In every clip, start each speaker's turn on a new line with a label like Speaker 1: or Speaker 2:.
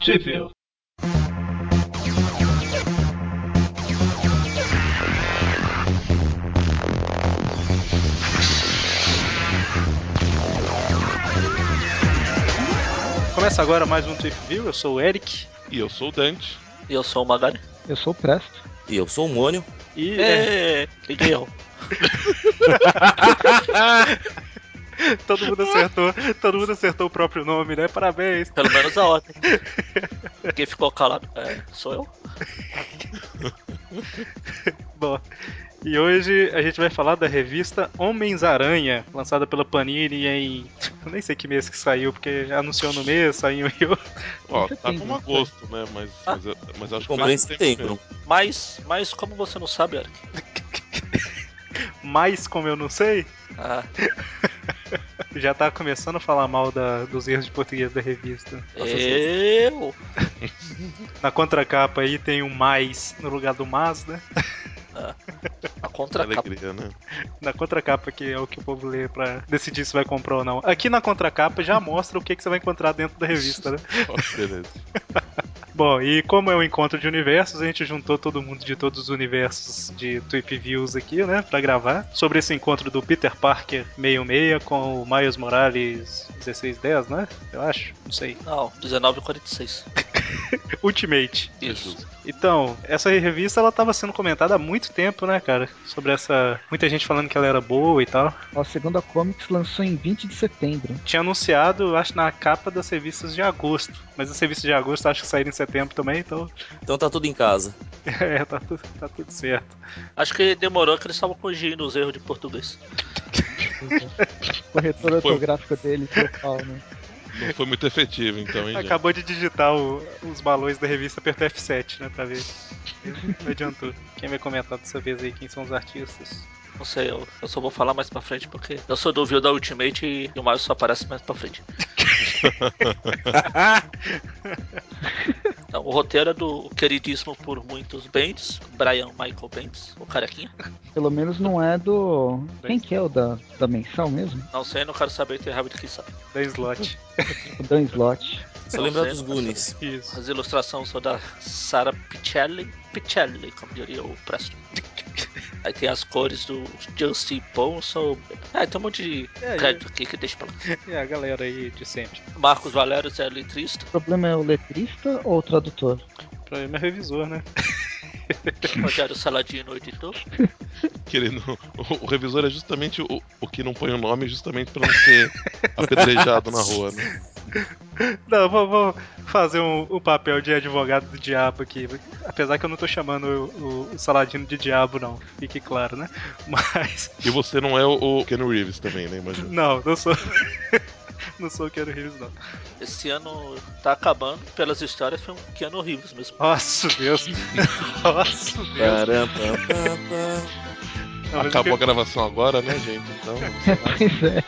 Speaker 1: Sheffield. Começa agora mais um Trip View, eu sou o Eric
Speaker 2: E eu sou o Dante.
Speaker 3: E eu sou o Magari.
Speaker 4: Eu sou o Presto.
Speaker 5: E eu sou o Mônio.
Speaker 1: e
Speaker 3: É, cliquei erro.
Speaker 1: todo mundo acertou, todo mundo acertou o próprio nome, né? Parabéns.
Speaker 3: Pelo menos a ordem. Quem ficou calado é, sou eu.
Speaker 1: Bom, e hoje a gente vai falar da revista Homens-Aranha, lançada pela Panini em. Eu nem sei que mês que saiu, porque anunciou no mês, saiu em outro.
Speaker 2: Ó,
Speaker 4: Em
Speaker 2: tá com
Speaker 4: setembro,
Speaker 2: agosto, né? Mas, mas, eu- mas acho que
Speaker 5: Comprei em
Speaker 2: faz tempo
Speaker 5: setembro.
Speaker 2: mesmo.
Speaker 3: Mas, mas como você não sabe, Eric?
Speaker 1: Mas, como eu não sei,
Speaker 3: Ah,
Speaker 1: já tá começando a falar mal da- dos erros de português da revista.
Speaker 3: eu.
Speaker 1: Na contracapa aí tem um mais no lugar do mas, né?
Speaker 3: A
Speaker 2: Que
Speaker 3: contra capa.
Speaker 2: Alegria, né?
Speaker 1: Na contracapa, que é o que o povo lê pra decidir se vai comprar ou não. Aqui na contracapa já mostra o que, que você vai encontrar dentro da revista, né?
Speaker 2: Ó, beleza.
Speaker 1: Bom, e como é um encontro de universos, a gente juntou todo mundo de todos os universos de Tweep Views aqui, né, pra gravar. Sobre esse encontro do Peter Parker 66 com o Miles Morales 1610, né? Eu acho, não sei.
Speaker 3: Não, 1946.
Speaker 1: Ultimate.
Speaker 3: Isso.
Speaker 1: Então, essa revista ela tava sendo comentada há muito tempo, né, cara? Sobre essa. Muita gente falando que ela era boa e tal.
Speaker 4: A segunda comics lançou em 20 de setembro.
Speaker 1: Tinha anunciado, acho, na capa das revistas de agosto. Mas as revistas de agosto acho que saíram em setembro também, então.
Speaker 5: Então tá tudo em casa.
Speaker 1: é, tá tudo, tá tudo certo.
Speaker 3: Acho que demorou que eles estavam corrigindo os erros de português.
Speaker 4: Corretor
Speaker 2: Foi.
Speaker 4: ortográfico dele, seu pau, né?
Speaker 2: Não foi muito efetivo, então, hein, gente?
Speaker 1: Acabou de digitar o- os balões da revista apertou F7, né? Pra ver. Não adiantou. Quem vai comentar dessa vez aí quem são os artistas?
Speaker 3: Não sei, eu, eu só vou falar mais pra frente porque eu sou do View da Ultimate e o Mario só aparece mais pra frente. Então, o roteiro é do queridíssimo por muitos Bendis, Brian Michael Bendis, o carequinha.
Speaker 4: Pelo menos não é do. Quem que é o da, da menção mesmo?
Speaker 3: Não sei, não quero saber, tem rabo de quem sabe.
Speaker 1: Da slot.
Speaker 4: O Dan Slott.
Speaker 5: Só
Speaker 3: Não
Speaker 5: lembrar
Speaker 3: sei,
Speaker 5: dos
Speaker 3: não vai
Speaker 5: Goonies.
Speaker 1: Isso.
Speaker 3: As ilustrações são da Sarah Pichelli, Pichelli, como diria o Presto. Aí tem as cores do Justin Bonson. Ah, tem um monte de
Speaker 1: É,
Speaker 3: crédito aqui que deixa pra lá.
Speaker 1: E a galera aí de sempre.
Speaker 3: Marcos Valério, Zé Letrista.
Speaker 4: O problema é o letrista ou o tradutor?
Speaker 1: Problema é revisor, né?
Speaker 3: Rogério Saladino, editor.
Speaker 2: Querendo. O, o revisor é justamente o, o que não põe o nome, justamente pra não ser apedrejado na rua, né?
Speaker 1: Não, vou, vou fazer um, um papel de advogado do diabo aqui. Apesar que eu não tô chamando o, o Saladino de diabo, não. Fique claro, né? Mas.
Speaker 2: E você não é o, o Ken Reeves também, né? Imagina.
Speaker 1: Não, não sou. Não sou o Keanu Reeves, não.
Speaker 3: Esse ano tá acabando, pelas histórias, foi um Keanu Reeves mesmo.
Speaker 1: Nossa, Deus. Nossa, Deus.
Speaker 5: Taram, pam, pam, pam.
Speaker 1: Não, mas eu
Speaker 2: Acabou a gravação agora, né, gente? Então, sei lá.
Speaker 4: pois é.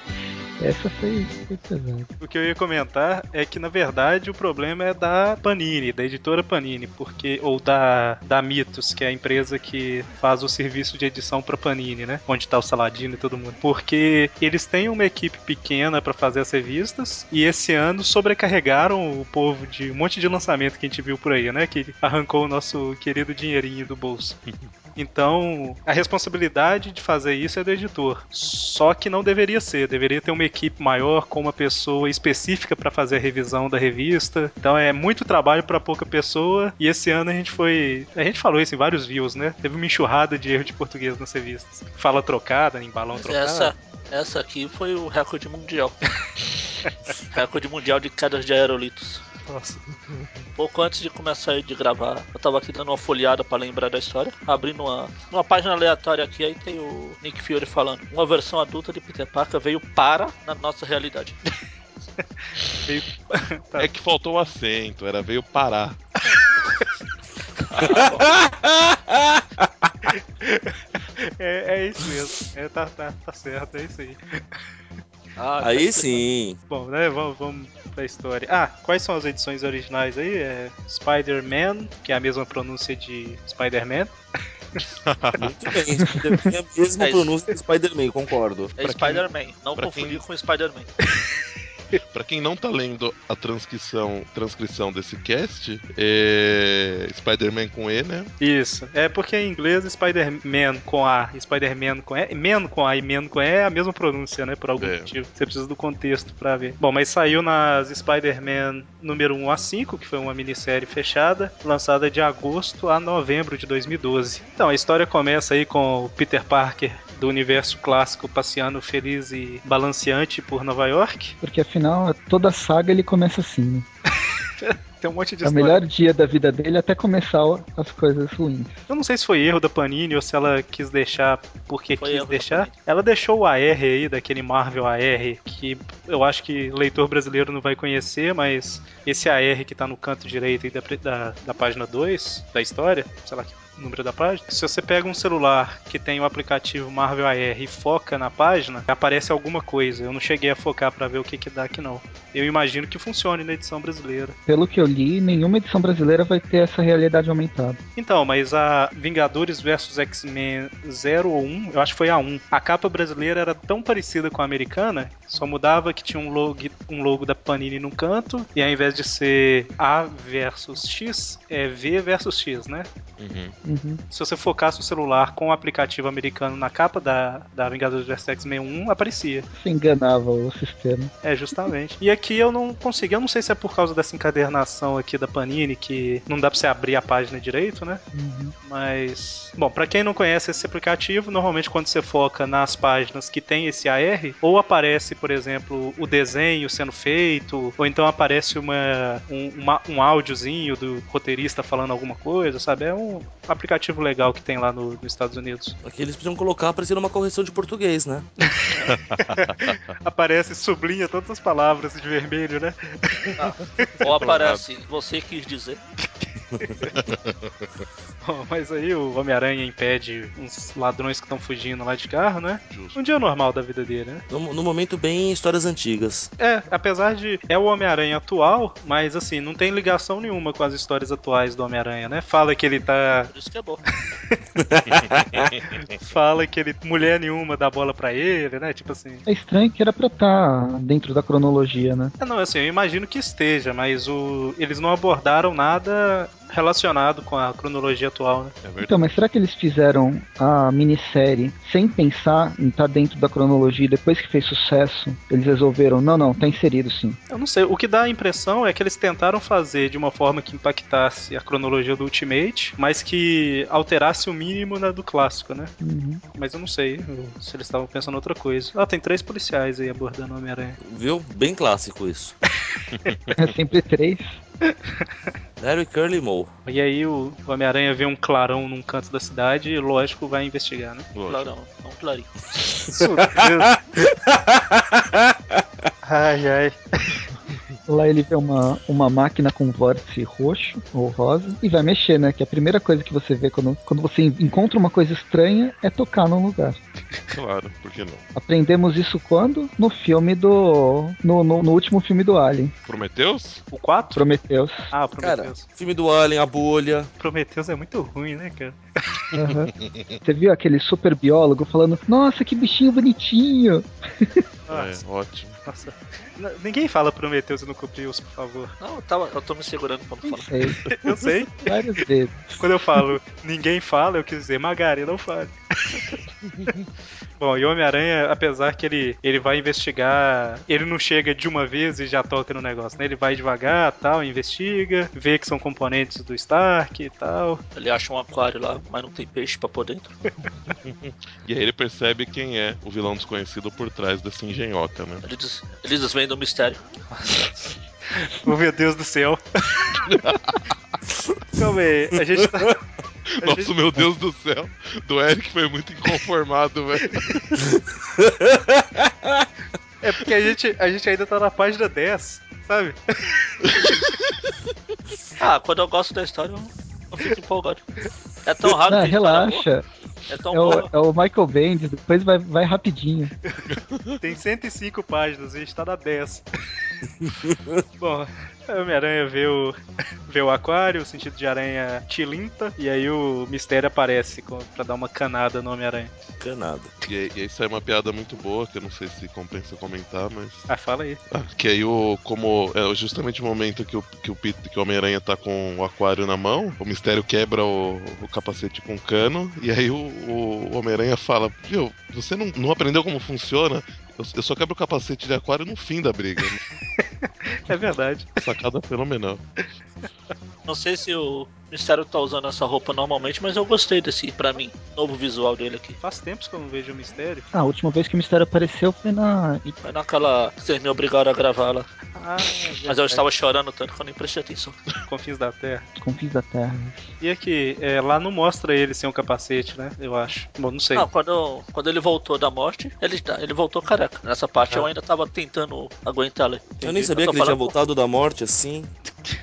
Speaker 4: Essa foi, foi pesada.
Speaker 1: O que eu ia comentar é que, na verdade, o problema é da Panini, da editora Panini, porque ou da, da Mitos, que é a empresa que faz o serviço de edição pra Panini, né? Onde tá o Saladino e todo mundo. Porque eles têm uma equipe pequena pra fazer as revistas e esse ano sobrecarregaram o povo de um monte de lançamento que a gente viu por aí, né? Que arrancou o nosso querido dinheirinho do bolso. Então, a responsabilidade de fazer isso é do editor. Só que não deveria ser, deveria ter uma equipe maior com uma pessoa específica para fazer a revisão da revista. Então é muito trabalho para pouca pessoa. E esse ano a gente foi, a gente falou isso em vários views, né? Teve uma enxurrada de erro de português nas revistas. Fala trocada, em balão
Speaker 3: Mas
Speaker 1: trocado.
Speaker 3: Essa, essa aqui foi o recorde mundial. recorde mundial de quedas de aerolitos.
Speaker 1: Nossa.
Speaker 3: Pouco antes de começar de gravar, eu tava aqui dando uma folheada pra lembrar da história. Abrindo uma, uma página aleatória aqui, aí tem o Nick Fury falando. Uma versão adulta de Peter Parker veio para na nossa realidade.
Speaker 2: É que faltou o acento, era veio parar.
Speaker 3: Ah, bom.
Speaker 1: É, é isso mesmo. É, tá, tá, tá certo, é isso aí.
Speaker 3: Ah,
Speaker 5: Aí
Speaker 3: tá-
Speaker 5: sim.
Speaker 1: Bom, né? Vamos, vamos pra história. Ah, quais são as edições originais aí? É Spider-Man, que é a mesma pronúncia de Spider-Man.
Speaker 5: Muito bem. Spider-Man é a mesma
Speaker 3: É isso.
Speaker 5: pronúncia do Spider-Man, concordo.
Speaker 3: É Spider-Man, não
Speaker 2: pra
Speaker 3: confundir
Speaker 2: quem-
Speaker 3: com Spider-Man.
Speaker 2: Pra quem não tá lendo a transcrição, transcrição desse cast, é Spider-Man com E, né?
Speaker 1: Isso. É porque em inglês Spider-Man com A, Spider-Man com E, Man com A e Man com E é a mesma pronúncia, né? Por algum
Speaker 2: É.
Speaker 1: motivo. Você precisa do contexto pra ver. Bom, mas saiu nas Spider-Man número 1 a 5, que foi uma minissérie fechada, lançada de agosto a novembro de 2012. Então, a história começa aí com o Peter Parker do universo clássico passeando feliz e balanceante por Nova York.
Speaker 4: Porque afinal, toda saga ele começa assim, né?
Speaker 1: Tem um monte de
Speaker 4: É o
Speaker 1: história.
Speaker 4: melhor dia da vida dele até começar o- as coisas ruins.
Speaker 1: Eu não sei se foi erro da Panini ou se ela quis deixar porque
Speaker 3: Foi
Speaker 1: quis
Speaker 3: erro da
Speaker 1: deixar.
Speaker 3: Panini.
Speaker 1: Ela deixou o AR aí, daquele Marvel AR, que eu acho que leitor brasileiro não vai conhecer, mas esse AR que tá no canto direito aí da, pre- da, da página 2 da história, sei lá que número da página. Se você pega um celular que tem o aplicativo Marvel AR e foca na página, aparece alguma coisa. Eu não cheguei a focar pra ver o que que dá aqui não. Eu imagino que funcione na edição brasileira.
Speaker 4: Pelo que eu li, nenhuma edição brasileira vai ter essa realidade aumentada.
Speaker 1: Então, mas a Vingadores vs X-Men 0 ou 1, eu acho que foi a 1. A capa brasileira era tão parecida com a americana, só mudava que tinha um logo, um logo da Panini num canto, e ao invés de ser A versus X, é V versus X, né?
Speaker 2: Uhum.
Speaker 4: Uhum.
Speaker 1: Se você focasse o celular com o aplicativo americano na capa da, da Vingadores vs X-Men 1, aparecia.
Speaker 4: Você enganava o sistema.
Speaker 1: É, justamente. E aqui eu não consegui, eu não sei se é por causa dessa encadernação aqui da Panini, que não dá pra você abrir a página direito, né?
Speaker 4: Uhum.
Speaker 1: Mas, bom, pra quem não conhece esse aplicativo, normalmente quando você foca nas páginas que tem esse AR, ou aparece, por exemplo, o desenho sendo feito, ou então aparece uma, um, uma- um áudiozinho do roteirista falando alguma coisa, sabe? É um aplicativo legal que tem lá no- nos Estados Unidos.
Speaker 5: Aqui eles podiam colocar parecendo uma correção de português, né?
Speaker 1: Aparece, sublinha todas as palavras de vermelho, né?
Speaker 3: Ou aparece, você quis dizer.
Speaker 1: Bom, mas aí o Homem-Aranha impede uns ladrões que estão fugindo lá de carro, né?
Speaker 2: Justo.
Speaker 1: Um dia normal da vida dele, né?
Speaker 5: No, no momento, bem histórias antigas.
Speaker 1: É, apesar de é o Homem-Aranha atual, mas assim, não tem ligação nenhuma com as histórias atuais do Homem-Aranha, né? Fala que ele tá,
Speaker 3: Por isso que é bom.
Speaker 1: fala que ele mulher nenhuma dá bola pra ele, né? Tipo assim.
Speaker 4: É estranho que era pra estar dentro da cronologia, né?
Speaker 1: É, não, assim, eu imagino que esteja, mas o eles não abordaram nada relacionado com a cronologia atual, né?
Speaker 2: É verdade.
Speaker 4: Então, mas será que eles fizeram a minissérie sem pensar em estar dentro da cronologia e depois que fez sucesso, eles resolveram, não, não, tá inserido sim.
Speaker 1: Eu não sei, o que dá a impressão é que eles tentaram fazer de uma forma que impactasse a cronologia do Ultimate, mas que alterasse o mínimo na do clássico, né?
Speaker 4: Uhum.
Speaker 1: Mas eu não sei se eles estavam pensando em outra coisa. Ah, tem três policiais aí abordando o Homem-Aranha.
Speaker 5: Viu? Bem clássico isso.
Speaker 4: É sempre três.
Speaker 5: Larry Curly Moe.
Speaker 1: E aí o o Homem-Aranha vê um clarão num canto da cidade e, lógico, vai investigar, né?
Speaker 2: Lógico.
Speaker 3: Clarão, não clarinho.
Speaker 1: ai, ai.
Speaker 4: Lá ele vê uma, uma máquina com vórtice roxo ou rosa e vai mexer, né? Que a primeira coisa que você vê quando, quando você encontra uma coisa estranha é tocar num lugar.
Speaker 2: Claro, por que não?
Speaker 4: Aprendemos isso quando? No filme do. No, no, no último filme do Alien,
Speaker 2: Prometeus?
Speaker 1: O 4?
Speaker 4: Prometheus.
Speaker 1: Ah, o
Speaker 5: Cara,
Speaker 1: Prometheus.
Speaker 5: filme do Alien, A Bolha.
Speaker 1: Prometheus é muito ruim, né, cara?
Speaker 4: Aham. Você viu aquele super biólogo falando: Nossa, que bichinho bonitinho!
Speaker 1: Nossa,
Speaker 2: É, ótimo.
Speaker 1: nossa. N- Ninguém fala Prometheus e não cumpriu por favor.
Speaker 3: Não, eu, tava, eu tô me segurando pra não
Speaker 4: Não
Speaker 3: falar.
Speaker 4: sei,
Speaker 1: Eu sei.
Speaker 4: várias vezes.
Speaker 1: Quando eu falo ninguém fala, eu quis dizer Magari, não fale. Bom, e o Homem-Aranha, apesar que ele, ele vai investigar, ele não chega de uma vez e já toca no negócio, né? Ele vai devagar, tal, investiga, vê que são componentes do Stark e tal.
Speaker 3: Ele acha um aquário lá, mas não tem peixe pra pôr dentro.
Speaker 2: E aí ele percebe quem é o vilão desconhecido por trás dessa engenhoca, né?
Speaker 3: Ele des- Eles desvendam o mistério.
Speaker 1: Oh, meu Deus do céu. Calma aí, a gente tá... a
Speaker 2: Nossa,
Speaker 1: gente-
Speaker 2: meu Deus do céu. Do Eric foi muito inconformado, velho.
Speaker 1: É porque a gente, a gente ainda tá na página 10, sabe?
Speaker 3: Ah, quando eu gosto da história, eu, eu fico empolgado. É tão raro
Speaker 4: Ah,
Speaker 3: que a história é boa,
Speaker 4: relaxa,
Speaker 3: É tão
Speaker 4: é o,
Speaker 3: boa.
Speaker 4: é o Michael Bendis, depois vai, vai rapidinho.
Speaker 1: Tem 105 páginas, a gente tá na 10. Bom, o Homem-Aranha vê o, vê o aquário, o sentido de aranha tilinta, e aí o mistério aparece com- pra dar uma canada no Homem-Aranha.
Speaker 5: Canada.
Speaker 2: E, aí- e aí sai uma piada muito boa, que eu não sei se compensa comentar, mas.
Speaker 1: Ah, fala aí.
Speaker 2: Ah, que aí o. Como. É justamente o momento que o, que o, Pit- que o Homem-Aranha tá com o aquário na mão, o mistério quebra o, o capacete com um cano, e aí o, o Homem-Aranha fala, viu, você não, não aprendeu como funciona? Eu, eu só quebro o capacete de aquário no fim da briga. né?"
Speaker 1: É verdade.
Speaker 2: Sacada fenomenal.
Speaker 3: Não sei se o Mistério tá usando essa roupa normalmente, mas eu gostei desse, pra mim, novo visual dele aqui.
Speaker 1: Faz tempos que eu não vejo o mistério.
Speaker 4: Ah, a última vez que o mistério apareceu foi na.
Speaker 3: Mas naquela que vocês me obrigaram a gravar lá.
Speaker 1: Ah, é
Speaker 3: Mas eu
Speaker 1: verdade.
Speaker 3: estava chorando tanto que eu nem prestei atenção.
Speaker 1: Confins da Terra.
Speaker 4: Confins da Terra.
Speaker 1: E aqui, é, lá não mostra ele sem o capacete, né? Eu acho. Bom, não sei.
Speaker 3: Não, quando, quando ele voltou da morte, ele, tá- ele voltou careca. Nessa parte
Speaker 1: Ah.
Speaker 3: eu ainda tava tentando aguentar ali.
Speaker 5: É. Eu nem sabia
Speaker 3: Eu tô
Speaker 5: que ele tinha
Speaker 3: falando-
Speaker 5: voltado da morte assim.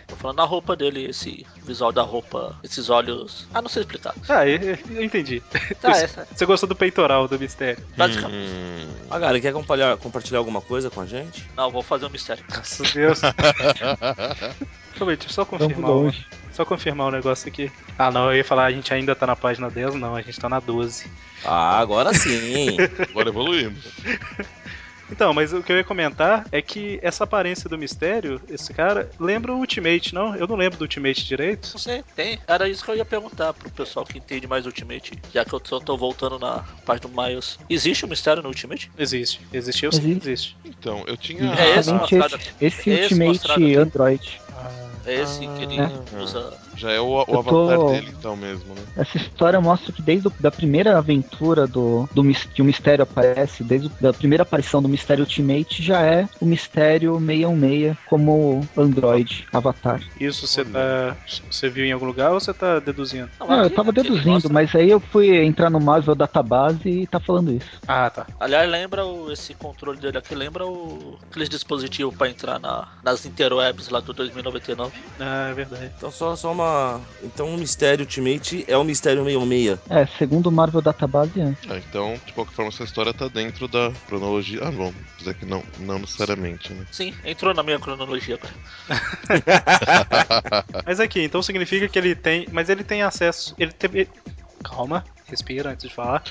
Speaker 3: Tô falando a roupa dele, esse visual da roupa, esses olhos. Ah, não sei explicar.
Speaker 1: Ah, eu, eu entendi.
Speaker 3: Tá,
Speaker 1: Isso.
Speaker 3: essa.
Speaker 1: Você gostou do peitoral do mistério?
Speaker 3: Praticamente.
Speaker 2: Hum.
Speaker 5: Ah, galera, quer compartilhar, compartilhar alguma coisa com a gente?
Speaker 3: Não, vou fazer um mistério.
Speaker 1: Nossa Deus. Calma aí, deixa eu só
Speaker 4: Vamos
Speaker 3: né?
Speaker 1: confirmar. um-
Speaker 4: longe.
Speaker 1: Só confirmar um negócio aqui. Ah, não, eu ia falar, a gente ainda tá na página 10, não, a gente tá na 12.
Speaker 5: Ah, agora sim.
Speaker 2: Agora evoluímos.
Speaker 1: Então, mas o que eu ia comentar é que essa aparência do mistério, esse cara, lembra o Ultimate, não? Eu não lembro do Ultimate direito.
Speaker 3: Não sei, tem. Era isso que eu ia perguntar pro pessoal que entende mais Ultimate, já que eu só tô voltando na parte do Miles. Existe um mistério no Ultimate?
Speaker 1: Existe. Existiu sim,
Speaker 4: Existe.
Speaker 1: existe.
Speaker 2: Então, eu tinha.
Speaker 3: É esse
Speaker 4: Exatamente
Speaker 3: mostrado
Speaker 4: esse, esse
Speaker 3: É esse mostrado
Speaker 4: Ultimate
Speaker 3: aqui.
Speaker 4: Android.
Speaker 3: É esse que ele
Speaker 4: né?
Speaker 2: Ah.
Speaker 3: usa.
Speaker 2: Já é o, o
Speaker 4: Eu tô-
Speaker 2: avatar dele, então mesmo, né?
Speaker 4: Essa história mostra que desde a primeira aventura do, do mis- que o mistério aparece, desde a primeira aparição do mistério Ultimate, já é o mistério 616 como Android, Avatar.
Speaker 1: Isso você tá. Você viu em algum lugar ou você tá deduzindo?
Speaker 4: Não, eu
Speaker 3: aqui-
Speaker 4: tava
Speaker 3: aqui ele
Speaker 4: deduzindo,
Speaker 3: mostra-
Speaker 4: mas aí eu fui entrar no Marvel Database e tá falando isso.
Speaker 1: Ah, tá.
Speaker 3: Aliás, lembra o, esse controle dele aqui, lembra o, aqueles dispositivos pra entrar na, nas interwebs lá do 2099.
Speaker 1: Ah, é verdade.
Speaker 5: Então só, só uma. Então o mistério Ultimate é o mistério 66.
Speaker 4: É, segundo o Marvel Database, é.
Speaker 2: Ah, então, de qualquer forma, essa história tá dentro da cronologia. Ah, bom, apesar que não, não necessariamente, né?
Speaker 3: Sim, entrou na minha cronologia agora.
Speaker 1: Mas aqui, então significa que ele tem. Mas ele tem acesso. Ele teve. Calma, respira antes de falar.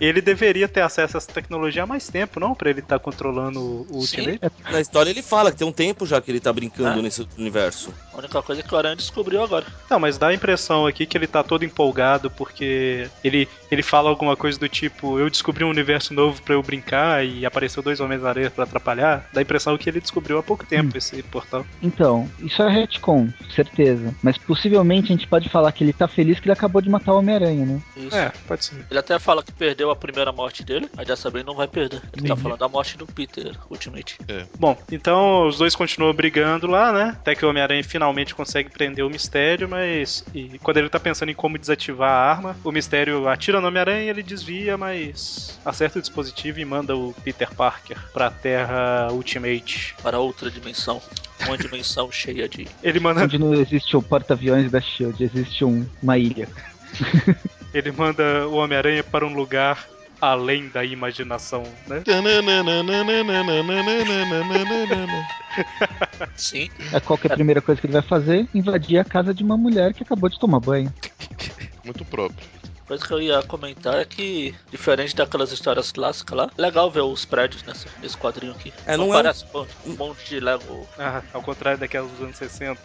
Speaker 1: ele deveria ter acesso a essa tecnologia há mais tempo, não? Pra ele estar controlando o o
Speaker 3: Sim.
Speaker 1: Ultimate?
Speaker 5: Na história ele fala que tem um tempo já que ele tá brincando
Speaker 3: Ah.
Speaker 5: nesse universo.
Speaker 3: A única coisa é que o Aranha descobriu agora.
Speaker 1: Não, mas dá a impressão aqui que ele tá todo empolgado porque ele, ele fala alguma coisa do tipo: eu descobri um universo novo pra eu brincar e apareceu dois Homens-Areia pra atrapalhar. Dá a impressão que ele descobriu há pouco tempo esse portal.
Speaker 4: Então, isso é retcon, certeza. Mas possivelmente a gente pode falar que ele tá feliz que ele acabou de matar o Homem-Aranha, né?
Speaker 3: Isso.
Speaker 1: É, pode ser.
Speaker 3: Ele até fala que perdeu a primeira morte dele, mas dessa vez não vai perder. Ele tá
Speaker 4: Uhum.
Speaker 1: Entendi.
Speaker 3: falando da morte do Peter Ultimate.
Speaker 1: Bom, então os dois continuam brigando lá, né? Até que o Homem-Aranha finalmente consegue prender o mistério, mas. E quando ele tá pensando em como desativar a arma, o mistério atira no Homem-Aranha e ele desvia, mas acerta o dispositivo e manda o Peter Parker pra Terra Ultimate.
Speaker 3: Para outra dimensão. Uma dimensão cheia de.
Speaker 1: Ele manda
Speaker 4: Onde não existe o porta-aviões da Shield, existe um- uma ilha.
Speaker 1: Ele manda o Homem-Aranha para um lugar além da imaginação, né?
Speaker 3: Sim.
Speaker 4: É qual que é a primeira coisa que ele vai fazer? Invadir a casa de uma mulher que acabou de tomar banho.
Speaker 2: Muito próprio.
Speaker 3: coisa que eu ia comentar é que, diferente daquelas histórias clássicas lá, legal ver os prédios nessa, nesse quadrinho aqui.
Speaker 5: É, não é um-
Speaker 3: parece um... um monte de Lego.
Speaker 1: Ah, ao contrário daquelas dos anos 60.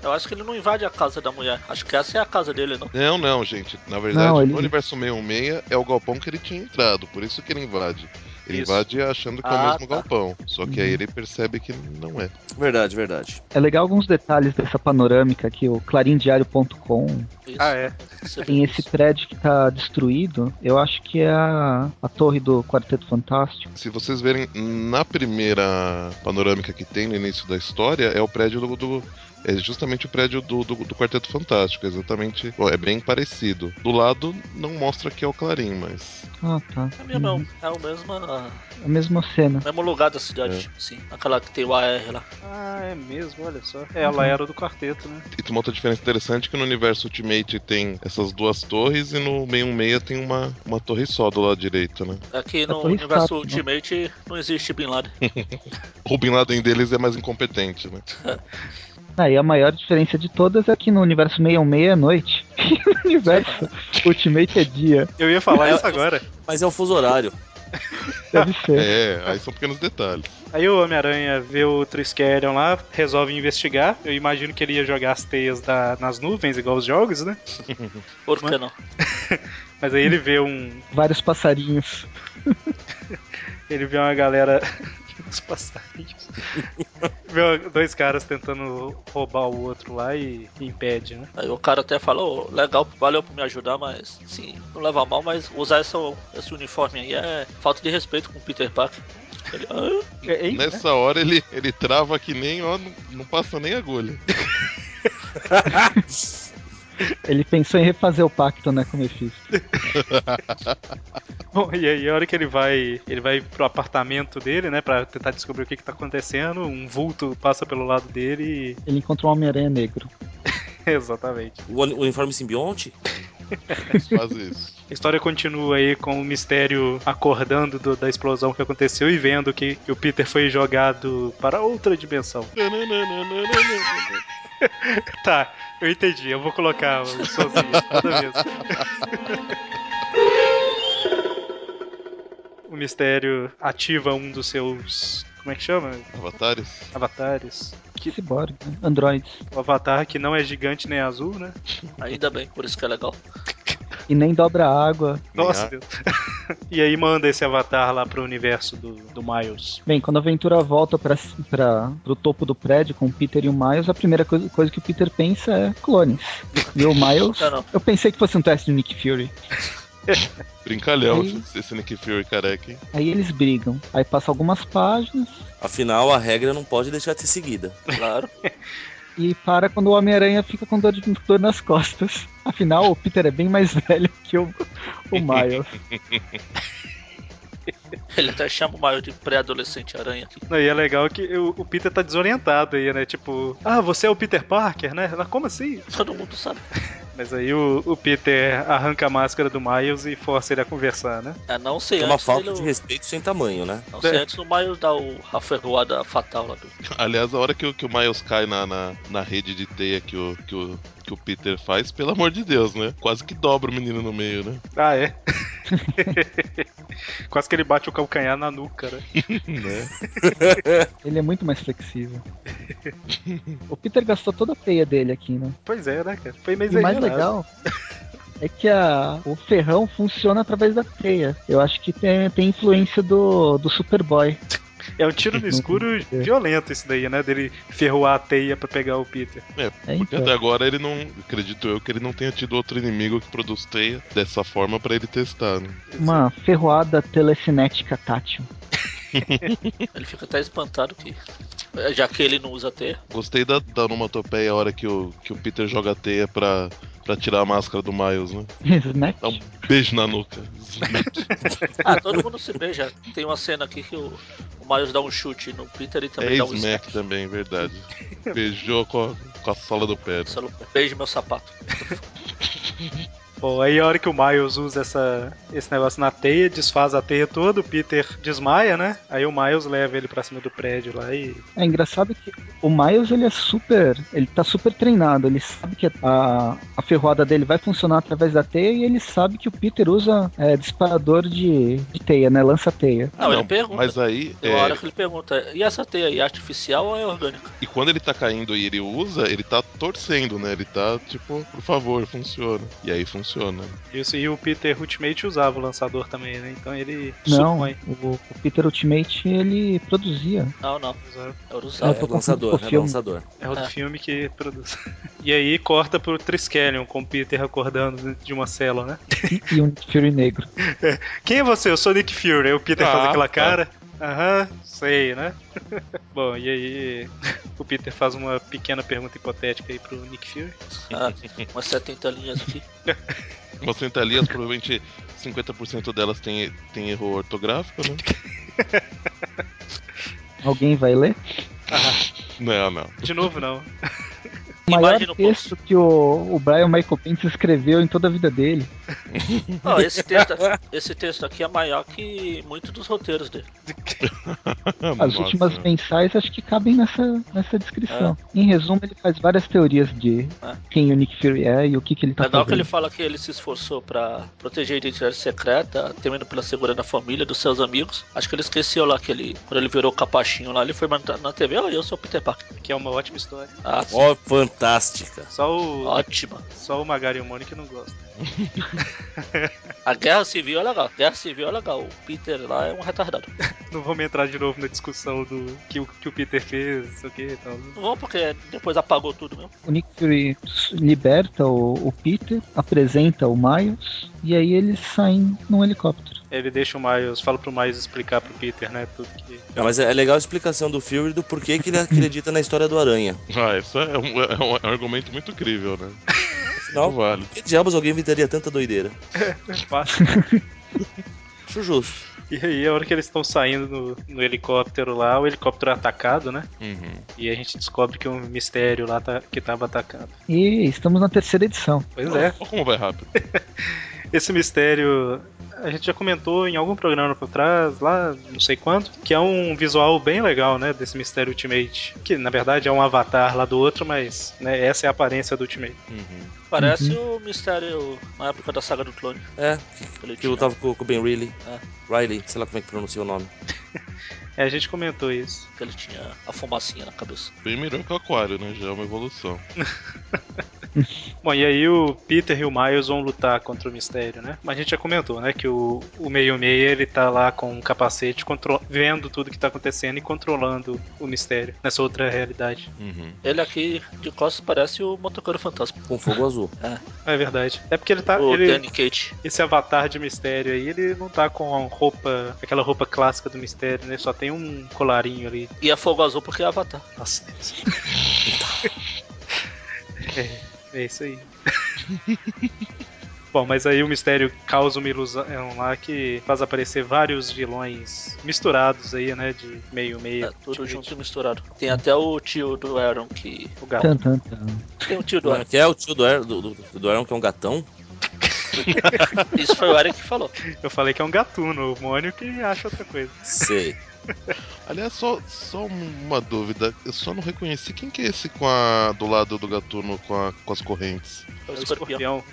Speaker 3: Eu acho que ele não invade a casa da mulher. Acho que essa é a casa dele, não.
Speaker 2: Não, não, gente. Na verdade,
Speaker 4: Não, ele-
Speaker 2: no universo 66 é o galpão que ele tinha entrado, por isso que ele invade. Ele
Speaker 1: Isso.
Speaker 2: invade achando que é o
Speaker 3: Ah,
Speaker 2: mesmo
Speaker 3: tá.
Speaker 2: galpão. Só que aí
Speaker 4: Uhum.
Speaker 2: ele percebe que não é.
Speaker 5: Verdade, verdade.
Speaker 4: É legal alguns detalhes dessa panorâmica aqui, o clarindiário.com.
Speaker 3: Isso.
Speaker 1: Ah, é.
Speaker 3: Você vê
Speaker 4: Tem esse
Speaker 3: isso.
Speaker 4: prédio que tá destruído, eu acho que é a, a torre do Quarteto Fantástico.
Speaker 2: Se vocês verem na primeira panorâmica que tem no início da história, é o prédio do. do- é justamente o prédio do, do, do Quarteto Fantástico, exatamente. Bom, é bem parecido. Do lado não mostra que é o Clarim, mas.
Speaker 4: Ah, tá.
Speaker 3: É mesmo, é o mesmo, mesma,
Speaker 4: A mesma cena.
Speaker 3: mesmo lugar da cidade,
Speaker 4: É.
Speaker 3: sim. Aquela que tem o AR lá.
Speaker 1: Ah, é mesmo, olha só. Ela era do quarteto, né?
Speaker 2: E tem uma outra diferença interessante que no universo Ultimate tem essas duas torres e no meio meia tem uma, uma torre só do lado direito, né?
Speaker 3: Aqui no
Speaker 4: Torre
Speaker 3: universo
Speaker 4: Stark, né?
Speaker 3: Ultimate não existe Bin Laden.
Speaker 2: O Bin Laden deles é mais incompetente, né?
Speaker 4: Ah, e a maior diferença de todas é que no universo 616 é noite. E no universo Ultimate é dia.
Speaker 1: Eu ia falar isso agora.
Speaker 5: Mas é o fuso horário.
Speaker 4: Deve ser.
Speaker 2: É, aí são pequenos detalhes.
Speaker 1: Aí o Homem-Aranha vê o Triskelion lá, resolve investigar. Eu imagino que ele ia jogar as teias da- nas nuvens, igual os jogos, né?
Speaker 3: Por que não?
Speaker 1: Mas aí ele vê um.
Speaker 4: Vários passarinhos.
Speaker 1: Ele vê uma galera. dos passarinhos. vê uma- dois caras tentando roubar o outro lá e impede, né?
Speaker 3: Aí o cara até falou, legal, valeu por me ajudar, mas sim, não leva a mal, mas usar essa, esse uniforme aí é falta de respeito com o Peter Parker. Ele, "Ah,
Speaker 1: É, hein?
Speaker 2: Nessa hora ele, ele trava que nem, ó, não, não passa nem agulha.
Speaker 4: Ele pensou em refazer o pacto, né, com o Mephisto.
Speaker 1: Bom, e aí a hora que ele vai, ele vai pro apartamento dele, né, Pra tentar descobrir o que que tá acontecendo, um vulto passa pelo lado dele
Speaker 4: Ele encontrou um Homem-Aranha negro.
Speaker 1: e... exatamente.
Speaker 5: O uni- uniforme simbionte?
Speaker 2: Eles fazem isso.
Speaker 1: A história continua aí com o mistério acordando do- da explosão que aconteceu e vendo que, que o Peter foi jogado para outra dimensão. Tá, eu entendi, eu vou colocar o sozinho toda vez. o mistério ativa um dos seus. Como é que chama?
Speaker 2: Avatares?
Speaker 1: Avatares.
Speaker 4: Que cyborg, né? Androids.
Speaker 1: O avatar que não é gigante nem azul, né?
Speaker 3: ainda bem, por isso que é legal.
Speaker 4: E nem dobra a água.
Speaker 1: Nossa,
Speaker 2: ar.
Speaker 1: Deus. e aí manda esse avatar lá pro universo do, do Miles.
Speaker 4: Bem, quando a aventura volta pra, pra, pro topo do prédio com o Peter e o Miles, a primeira coisa, coisa que o Peter pensa é clones. E o Miles.
Speaker 3: Tá, Não, não.
Speaker 4: Eu pensei que fosse um teste do Nick Fury.
Speaker 2: Brincalhão
Speaker 4: Aí.
Speaker 2: esse, esse Nick Fury careca, hein?
Speaker 4: Aí eles brigam. Aí passa algumas páginas
Speaker 5: Afinal, a regra não pode deixar de ser seguida.
Speaker 3: Claro.
Speaker 4: e para quando o Homem-Aranha fica com dor, de, dor nas costas. Afinal, o Peter é bem mais velho que o, o Miles.
Speaker 3: Ele até chama o maior de pré-adolescente aranha aqui.
Speaker 1: Não, e é legal que o, o Peter tá desorientado aí, né? Tipo, ah, você é o Peter Parker, né? Ela, Como assim?
Speaker 3: Todo mundo sabe.
Speaker 1: Mas aí o, o Peter arranca a máscara do Miles e força ele a conversar, né?
Speaker 3: A não ser
Speaker 5: É uma
Speaker 3: antes
Speaker 5: falta
Speaker 3: dele-
Speaker 5: de respeito sem tamanho, né?
Speaker 3: Não sei, antes o Miles dá o, a ferroada fatal lá do.
Speaker 2: Aliás, a hora que, o- que o Miles cai na, na, na rede de teia que o, que, o, que o Peter faz, pelo amor de Deus, né? Quase que dobra o menino no meio, né?
Speaker 1: Ah, é. Quase que ele bate o calcanhar na nuca, né?
Speaker 2: Né?
Speaker 4: Ele é muito mais flexível. o Peter gastou toda a peia dele aqui, né?
Speaker 1: Pois é, né, cara? Foi meio
Speaker 4: E o mais
Speaker 1: exagerado.
Speaker 4: legal é que a- o ferrão funciona através da teia. Eu acho que tem, tem influência do, do Superboy.
Speaker 1: É um tiro no escuro violento isso daí, né? Dele ferroar a teia pra pegar o Peter.
Speaker 4: É,
Speaker 2: Porque
Speaker 4: então.
Speaker 2: até agora ele não. Acredito eu que ele não tenha tido outro inimigo que produz teia dessa forma pra ele testar, né?
Speaker 4: Uma ferroada telecinética tátil.
Speaker 3: Ele fica até espantado que. eh, Já que ele não usa T,
Speaker 2: Gostei da, da onomatopeia a hora que o, que o Peter joga a teia pra, pra tirar a máscara do Miles, né?
Speaker 4: Snack.
Speaker 2: Dá um beijo na nuca.
Speaker 3: Ah, todo mundo se beija. Tem uma cena aqui que o, o Miles dá um chute no Peter e
Speaker 2: É
Speaker 3: também dá um
Speaker 2: smack também, verdade. Beijou com a, com a sola do pé. né?
Speaker 3: Só- Beijo meu sapato.
Speaker 1: Bom, aí a hora que o Miles usa essa, esse negócio na teia, desfaz a teia toda, o Peter desmaia, né? Aí o Miles leva ele pra cima do prédio lá e.
Speaker 4: É engraçado que o Miles ele é super. Ele tá super treinado. Ele sabe que a, a ferroada dele vai funcionar através da teia e ele sabe que o Peter usa é, disparador de, de teia, né? Lança teia.
Speaker 3: Não, ele pergunta.
Speaker 2: Mas aí,
Speaker 3: Tem uma
Speaker 2: é,
Speaker 3: hora que ele pergunta, e essa teia aí, é artificial ou é orgânica?
Speaker 2: e quando ele tá caindo e ele usa, ele tá torcendo, né? Ele tá tipo, por favor, funciona. E aí funciona.
Speaker 1: Isso, e o Peter Ultimate usava o lançador também, né? Então ele
Speaker 4: Não,
Speaker 1: supõe.
Speaker 4: o, o Peter Ultimate ele produzia.
Speaker 3: Não, não,
Speaker 1: Usava.
Speaker 3: é
Speaker 4: Ah,
Speaker 5: É,
Speaker 4: eu
Speaker 3: orusal.
Speaker 4: tô confuso
Speaker 5: lançador,
Speaker 4: com o
Speaker 5: é
Speaker 4: filme.
Speaker 5: lançador.
Speaker 1: É o do
Speaker 3: Ah.
Speaker 1: filme que produz. E aí corta pro Triskelion com o Peter acordando dentro de uma cela, né?
Speaker 4: E um Fury negro.
Speaker 1: Quem é você? Eu sou Nick Fury. Aí o Peter
Speaker 2: Ah,
Speaker 1: faz aquela
Speaker 2: tá.
Speaker 1: cara. Aham, sei, né? Bom, e aí o Peter faz uma pequena pergunta hipotética aí pro Nick Fury.
Speaker 3: Ah, umas 70 linhas aqui.
Speaker 2: Umas 30 linhas, provavelmente 50% delas tem, tem erro ortográfico, né?
Speaker 4: Alguém vai ler?
Speaker 2: Não, não.
Speaker 1: De novo, não.
Speaker 4: O maior
Speaker 3: Imagina o
Speaker 4: texto que o, o Brian Michael Pence escreveu em toda a vida dele.
Speaker 3: Ó, esse, texto, esse texto aqui é maior que muitos dos roteiros dele.
Speaker 4: As
Speaker 2: Nossa.
Speaker 4: últimas mensais acho que cabem nessa, nessa descrição. Em resumo, ele faz várias teorias de
Speaker 3: É.
Speaker 4: quem o Nick Fury é e o que, que ele tá
Speaker 3: Legal que
Speaker 4: fazendo.
Speaker 3: ele fala que ele se esforçou pra proteger a identidade secreta, temendo pela segurança da família, dos seus amigos. Acho que ele esqueceu lá que ele, quando ele virou capachinho lá, ele foi na na TV, ó, eu sou o Peter Parker.
Speaker 1: Que é uma ótima história.
Speaker 3: Ah,
Speaker 5: Ó, fantástica.
Speaker 1: Só o,
Speaker 3: ótima.
Speaker 1: só o Magari e o Mônica não gostam.
Speaker 3: A guerra civil é legal, a guerra civil é legal. O Peter lá é um retardado.
Speaker 1: Não vamos entrar de novo na discussão do que o, que o Peter fez, não sei o que. Então,
Speaker 3: Não vou porque depois apagou tudo mesmo.
Speaker 4: O Nick Fury s- liberta o, o Peter, apresenta o Miles e aí eles saem num helicóptero.
Speaker 1: ele deixa o Miles, fala pro Miles explicar pro Peter, né? Tudo que.
Speaker 5: Não, mas é é legal a explicação do Fury do porquê que ele acredita na história do Aranha.
Speaker 2: Ah, isso é um, é um argumento muito crível, né? Não
Speaker 5: Afinal,
Speaker 2: vale.
Speaker 5: por que diabos alguém inventaria tanta doideira?
Speaker 1: Faz.
Speaker 5: Acho justo.
Speaker 1: E aí, a hora que eles estão saindo no, no helicóptero lá, o helicóptero é atacado, né?
Speaker 2: Uhum.
Speaker 1: E a gente descobre que um mistério lá tá- que tava atacado.
Speaker 4: E estamos na terceira edição.
Speaker 1: Pois é.
Speaker 2: Olha como vai rápido.
Speaker 1: Esse mistério, a gente já comentou em algum programa pra trás, lá, não sei quanto, que é um visual bem legal, né, desse mistério Ultimate. Que, na verdade, é um avatar lá do outro, mas, né, essa é a aparência do Ultimate.
Speaker 2: Uhum.
Speaker 3: Parece o mistério na época da saga do clone.
Speaker 5: É,
Speaker 3: que ele
Speaker 5: que eu
Speaker 3: tinha.
Speaker 5: tava com com o Ben Reilly.
Speaker 3: Ah.
Speaker 5: Riley, sei lá como é que pronuncia o nome.
Speaker 1: É, a gente comentou isso.
Speaker 3: que ele tinha a fumacinha na cabeça.
Speaker 2: Bem melhor que o Aquário, né? Já é uma evolução.
Speaker 1: Bom, e aí o Peter e o Miles vão lutar contra o mistério, né? Mas a gente já comentou, né, que o, o meio-meia, ele tá lá com um capacete, contro- vendo tudo que tá acontecendo e controlando o mistério nessa outra realidade.
Speaker 2: Uhum.
Speaker 3: Ele aqui de costas parece o motoqueiro fantasma.
Speaker 5: Com fogo azul.
Speaker 1: É verdade. É porque ele tá...
Speaker 3: o
Speaker 1: ele-
Speaker 3: Danny Cage.
Speaker 1: esse avatar de mistério aí, ele não tá com roupa, aquela roupa clássica do mistério, né? Só tem um colarinho ali.
Speaker 3: E é fogo azul porque é Avatar.
Speaker 1: Nossa. é, é isso aí. Bom, mas aí o mistério causa uma ilusão lá que faz aparecer vários vilões misturados aí, né? De meio meio.
Speaker 3: É,
Speaker 5: Tipo
Speaker 3: tudo junto e misturado. Tem até o tio do Aaron que.
Speaker 1: O gato.
Speaker 4: Tan, tan, tan.
Speaker 3: Tem o tio do
Speaker 5: Como é
Speaker 3: Aaron.
Speaker 5: que é o tio do, Ar- do, do- do Aaron, que é um gatão?
Speaker 3: Isso foi o Aaron que falou.
Speaker 1: Eu falei que é um gatuno, o Mônio que acha outra coisa.
Speaker 5: Sei.
Speaker 2: Aliás, só, só uma dúvida. Eu só não reconheci quem que é esse com a, do lado do gatuno com, a- com as correntes.
Speaker 3: É o
Speaker 1: É o
Speaker 3: escorpião.
Speaker 1: escorpião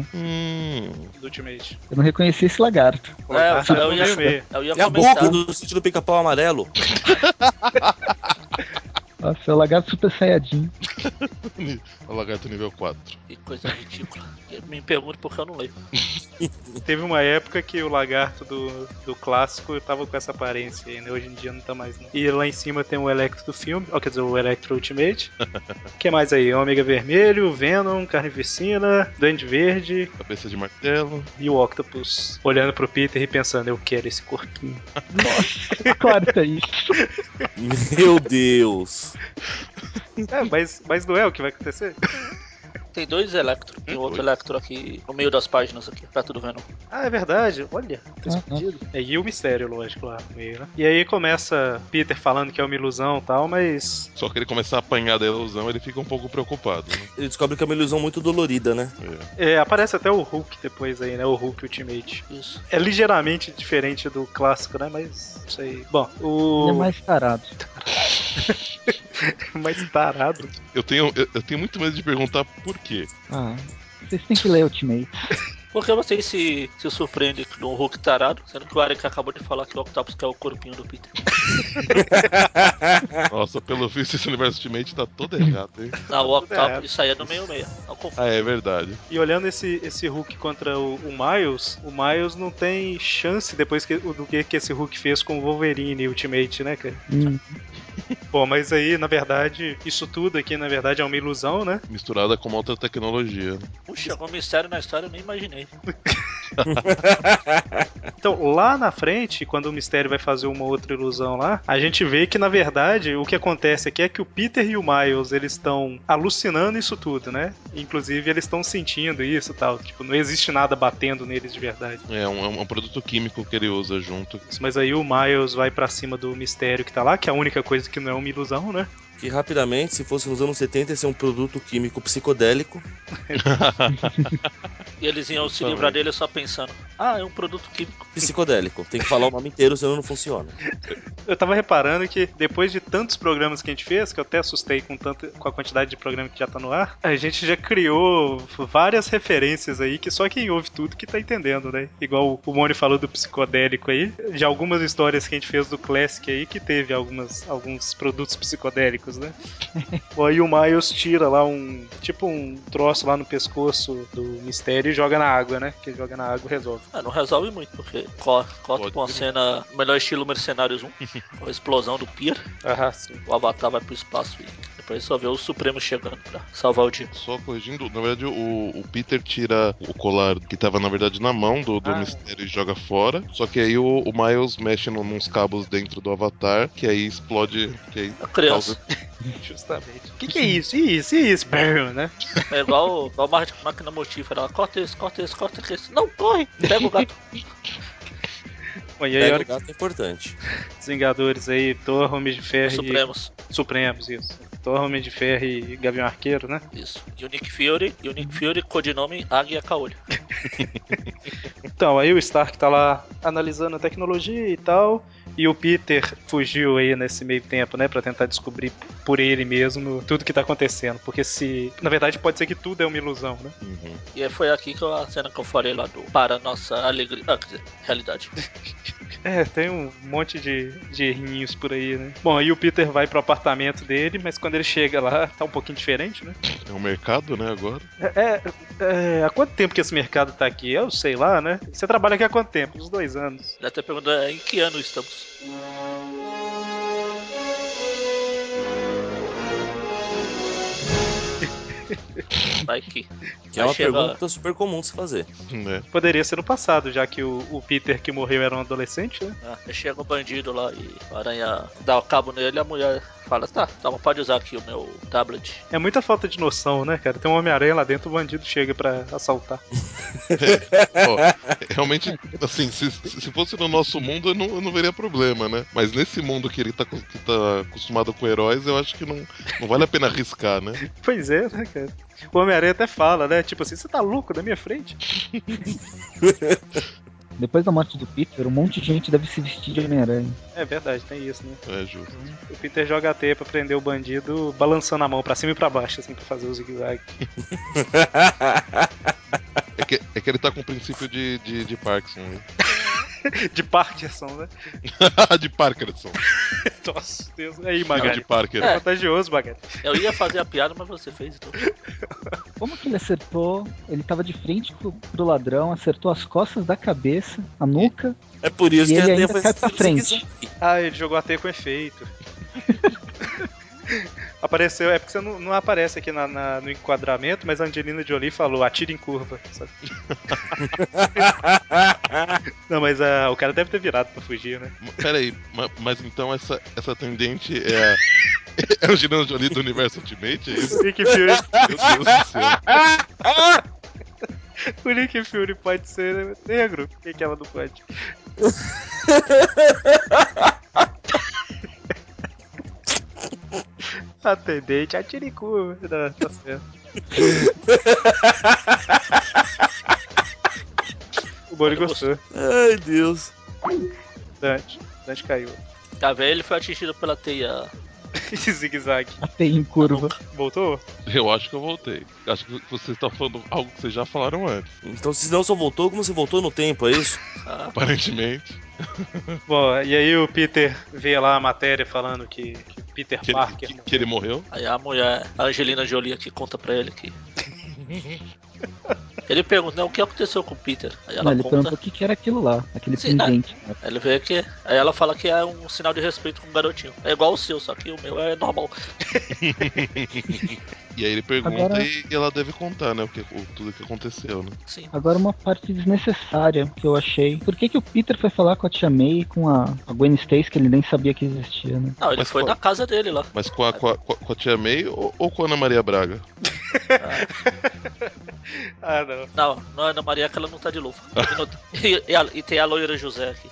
Speaker 4: Escorpião.
Speaker 2: Hum.
Speaker 1: do Ultimate.
Speaker 4: Eu não reconheci esse lagarto.
Speaker 3: É,
Speaker 1: Tá
Speaker 3: eu
Speaker 1: no
Speaker 3: ia,
Speaker 1: meio-meio.
Speaker 3: eu ia
Speaker 5: É a
Speaker 3: comentar.
Speaker 5: boca do sítio do pica-pau amarelo.
Speaker 4: Nossa, é o lagarto super saiyajin.
Speaker 2: O lagarto nível 4.
Speaker 3: Que coisa ridícula. E Me pergunto porque eu não leio.
Speaker 1: Teve uma época que o lagarto do, do clássico tava com essa aparência aí, né? Hoje em dia não tá mais, não. E lá em cima tem o Electro do filme, ó, quer dizer, o Electro Ultimate. O que mais aí? Ômega Vermelho, Venom, Carnificina, Duende Verde
Speaker 2: Cabeça de martelo.
Speaker 1: e o Octopus. Olhando pro Peter e pensando, eu quero esse corpinho.
Speaker 4: Claro que é isso.
Speaker 5: Meu Deus.
Speaker 1: É, mas, mas não é o que vai acontecer?
Speaker 3: Tem dois Electro. Tem um outro
Speaker 2: Dois.
Speaker 3: Electro aqui no meio das páginas aqui. Tá tudo vendo.
Speaker 1: Ah, é verdade, olha. Tá
Speaker 4: Ah,
Speaker 1: escondido. É, e o mistério, lógico, lá no meio, né? E aí começa Peter falando que é uma ilusão e tal, mas
Speaker 2: Só que ele começar a apanhar da ilusão, ele fica um pouco preocupado. Né?
Speaker 5: Ele descobre que é uma ilusão muito dolorida, né?
Speaker 1: é, aparece até o Hulk depois aí, né? O Hulk Ultimate.
Speaker 3: Isso.
Speaker 1: É ligeiramente diferente do clássico, né? Mas não sei. Bom, o
Speaker 4: Ele é mais tarado.
Speaker 1: mais tarado.
Speaker 2: Eu tenho, eu, eu tenho muito medo de perguntar por quê.
Speaker 4: Ah, vocês têm que ler Ultimate.
Speaker 3: Por que vocês se, se surpreendem com o Hulk tarado? Sendo que o Aaron que acabou de falar que o Octopus quer o corpinho do Peter.
Speaker 2: Nossa, pelo visto, esse universo Ultimate tá todo errado, hein?
Speaker 3: Não, o
Speaker 1: errado.
Speaker 3: Octopus isso aí é do meio-meia. Não confunda.
Speaker 2: Ah, é verdade.
Speaker 1: E olhando esse, esse Hulk contra o, o Miles, o Miles não tem chance depois que, do que, que esse Hulk fez com o Wolverine Ultimate, né, cara?
Speaker 4: Hum,
Speaker 1: Bom, mas aí, na verdade, isso tudo aqui, na verdade, é uma ilusão, né?
Speaker 2: Misturada com uma outra tecnologia.
Speaker 3: é Puxa, chegou um mistério na história, eu nem imaginei.
Speaker 1: Então, lá na frente, quando o mistério vai fazer uma outra ilusão lá, a gente vê que na verdade o que acontece aqui é que o Peter e o Miles eles estão alucinando isso tudo, né? Inclusive eles estão sentindo isso e tal. Tipo, não existe nada batendo neles de verdade.
Speaker 2: É um, é um produto químico que ele usa junto.
Speaker 1: Mas aí o Miles vai pra cima do mistério que tá lá, que é a única coisa que não é uma ilusão, né?
Speaker 5: Que rapidamente, se fosse nos anos 70, ia ser um produto químico psicodélico.
Speaker 3: E eles iam se livrar dele só pensando: ah, é um produto químico.
Speaker 5: Psicodélico. Tem que falar o nome inteiro, senão não funciona.
Speaker 1: Eu tava reparando que depois de tantos programas que a gente fez, que eu até assustei com, tanto, com a quantidade de programa que já tá no ar, a gente já criou várias referências aí que só quem ouve tudo que tá entendendo, né? Igual o Moni falou do psicodélico aí, já algumas histórias que a gente fez do Classic aí que teve algumas, alguns produtos psicodélicos, né? aí o Miles tira lá um, tipo um troço lá no pescoço do mistério e joga na água, né? Que joga na água e resolve.
Speaker 3: Ah, não resolve muito, porque co- corta
Speaker 2: Pode
Speaker 3: com uma
Speaker 2: ser.
Speaker 3: cena, melhor estilo Mercenários 1, com a explosão do Pier.
Speaker 1: Aham, sim.
Speaker 3: O Avatar vai pro espaço e depois só vê o Supremo chegando pra salvar o dia.
Speaker 2: Só corrigindo, na verdade o, o Peter tira o colar que tava na verdade na mão do, do
Speaker 1: Ah.
Speaker 2: mistério e joga fora. Só que aí o, o Miles mexe num- nos cabos dentro do avatar, que aí explode. Que aí
Speaker 3: A criança.
Speaker 1: Justamente. O que, que é isso? E isso? E isso? Brrr, né?
Speaker 3: É igual, igual uma máquina mortífera. Ela corta esse, corta esse, corta esse. Não, corre! Pega o gato.
Speaker 1: Bom, e aí, a
Speaker 5: Pega
Speaker 1: hora
Speaker 5: o gato é importante.
Speaker 1: que os Vingadores aí, Thor, Homem de Ferro e-
Speaker 3: Supremos.
Speaker 1: Supremos, isso. Thor, Homem de Ferro e Gavião Arqueiro, né?
Speaker 3: Isso. E o Nick Fury, e o Nick
Speaker 5: Uhum.
Speaker 3: Fury, codinome Águia Caolho.
Speaker 1: Então, aí o Stark tá lá analisando a tecnologia e tal, e o Peter fugiu aí nesse meio tempo, né, Pra tentar descobrir por ele mesmo tudo que tá acontecendo, porque se, na verdade, pode ser que tudo é uma ilusão, né?
Speaker 2: Uhum.
Speaker 3: E aí foi aqui que eu- a cena que eu falei lá do Para Nossa Alegria. Ah, quer dizer, realidade.
Speaker 1: É, tem um monte de, de errinhos por aí, né? Bom, aí o Peter vai pro apartamento dele, mas quando ele chega lá, tá um pouquinho diferente, né?
Speaker 2: É um mercado, né, agora?
Speaker 1: É, é, é, há quanto tempo que esse mercado tá aqui? Eu sei lá, né? Você trabalha aqui há quanto tempo? Uns dois anos.
Speaker 3: Ele até perguntou "É, em que ano estamos. Vai que.
Speaker 5: Que é uma
Speaker 3: chega-
Speaker 5: pergunta super comum de se fazer.
Speaker 2: Né?
Speaker 1: Poderia ser no passado, já que o, o Peter que morreu era um adolescente, né?
Speaker 3: Ah, aí chega o bandido lá e a aranha dá o cabo nele e a mulher fala, tá, toma, pode usar aqui o meu tablet.
Speaker 1: É muita falta de noção, né, cara? Tem um Homem-Aranha lá dentro, o bandido chega pra assaltar.
Speaker 2: Ó, realmente, assim, se, se fosse no nosso mundo, eu não, eu não veria problema, né? Mas nesse mundo que ele tá, acos- que tá acostumado com heróis, eu acho que não, não vale a pena arriscar, né?
Speaker 1: Pois é, né, cara? O Homem-Aranha até fala, né? Tipo assim, você tá louco da minha frente?
Speaker 4: Depois da morte do Peter, um monte de gente deve se vestir de Homem-Aranha.
Speaker 1: É verdade, tem isso, né?
Speaker 2: É justo.
Speaker 1: O Peter joga a teia pra prender o bandido, balançando a mão pra cima e pra baixo, assim, pra fazer o zigue-zague.
Speaker 2: É que, é que ele tá com o princípio de, de, de Parkinson, né?
Speaker 1: De Parkinson, né?
Speaker 2: de Parkinson.
Speaker 1: Nossa, Deus. Aí,
Speaker 2: Não,
Speaker 1: Magali.
Speaker 2: de Parker.
Speaker 1: É contagioso, Magali.
Speaker 3: Eu ia fazer a piada, mas você fez então.
Speaker 4: Como que ele acertou? Ele tava de frente pro, pro ladrão, acertou as costas da cabeça, a nuca,
Speaker 5: É por isso
Speaker 4: E
Speaker 5: que
Speaker 4: ele
Speaker 5: a ideia
Speaker 4: ainda
Speaker 5: foi
Speaker 4: cai pra
Speaker 5: ser um
Speaker 4: frente.
Speaker 5: zigue-zague.
Speaker 1: Ah, ele jogou a teia com efeito. Apareceu, é porque você não, não aparece aqui na- na- no enquadramento, mas a Angelina Jolie falou, atira em curva. sabe? Não, mas ah, o cara deve ter virado pra fugir, né?
Speaker 2: Ma- Peraí, ma- mas então essa, essa tendente é. a- É o Girando Jolie do universo Ultimate? É isso?
Speaker 1: O Nick Fury,
Speaker 2: Meu Deus do céu.
Speaker 1: o Nick Fury pode ser negro, por que, que ela não pode? Atendente, atira em curva. Não, tá certo. O Boni gostou.
Speaker 5: Ai, Deus.
Speaker 1: Dante. Dante caiu.
Speaker 3: Tá vendo? Ele foi atingido pela teia.
Speaker 1: Zigue-zague.
Speaker 4: até em curva.
Speaker 1: Voltou?
Speaker 2: Eu acho que eu voltei. Acho que vocês estão falando algo que vocês já falaram antes,
Speaker 5: Então, se não só voltou, como você voltou no tempo, é isso?
Speaker 3: Ah,
Speaker 2: aparentemente.
Speaker 1: Bom, e aí o Peter vê lá a matéria falando que, que Peter
Speaker 2: Que ele,
Speaker 1: Parker.
Speaker 2: que, que ele morreu.
Speaker 3: aí a mulher, a Angelina Jolie aqui, conta pra ele que. Ele pergunta, não, o que aconteceu com o Peter? Aí ela
Speaker 4: Não, ele
Speaker 3: conta.
Speaker 4: perguntou o que, que era aquilo lá, aquele
Speaker 5: ah,
Speaker 3: Sim,
Speaker 4: pendente.
Speaker 3: Aí ele vê que. Aí ela fala que é um sinal de respeito com o garotinho. É igual o seu, só que o meu é normal.
Speaker 2: E aí ele pergunta
Speaker 4: Agora-
Speaker 2: e, e ela deve contar, né? O que, o- tudo que aconteceu, né?
Speaker 3: Sim.
Speaker 4: Agora uma parte desnecessária que eu achei. Por que, que o Peter foi falar com a Tia May e com a, a Gwen Stacy que ele nem sabia que existia, né?
Speaker 3: Não, ele
Speaker 2: Mas
Speaker 3: foi
Speaker 2: qual-
Speaker 3: na casa dele lá.
Speaker 2: Mas com a, com a, com a- com a tia May ou, ou com a Ana Maria Braga?
Speaker 1: Ah, não.
Speaker 3: Não, não é na Maria que ela não tá de luva. E, no- e- e a- e tem a loira José aqui.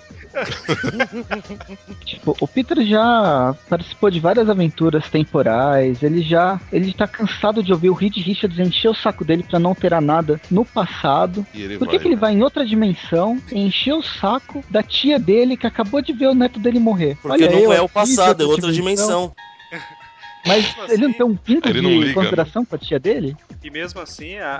Speaker 4: Tipo, o Peter já participou de várias aventuras temporais, ele já ele tá cansado de ouvir o Reed Richards encher o saco dele pra não ter nada no passado.
Speaker 2: E ele
Speaker 4: Por
Speaker 2: vai.
Speaker 4: que, que ele
Speaker 2: né?
Speaker 4: vai em outra dimensão encher o saco da tia dele que acabou de ver o neto dele morrer?
Speaker 5: Porque
Speaker 4: Olha, eu
Speaker 5: não é o
Speaker 4: aqui de
Speaker 5: passado, é outra dimensão.
Speaker 4: Mas ele não tem um pingo
Speaker 2: Ele não
Speaker 4: de
Speaker 2: liga, né?
Speaker 4: consideração com a tia dele?
Speaker 1: assim, E mesmo assim, a,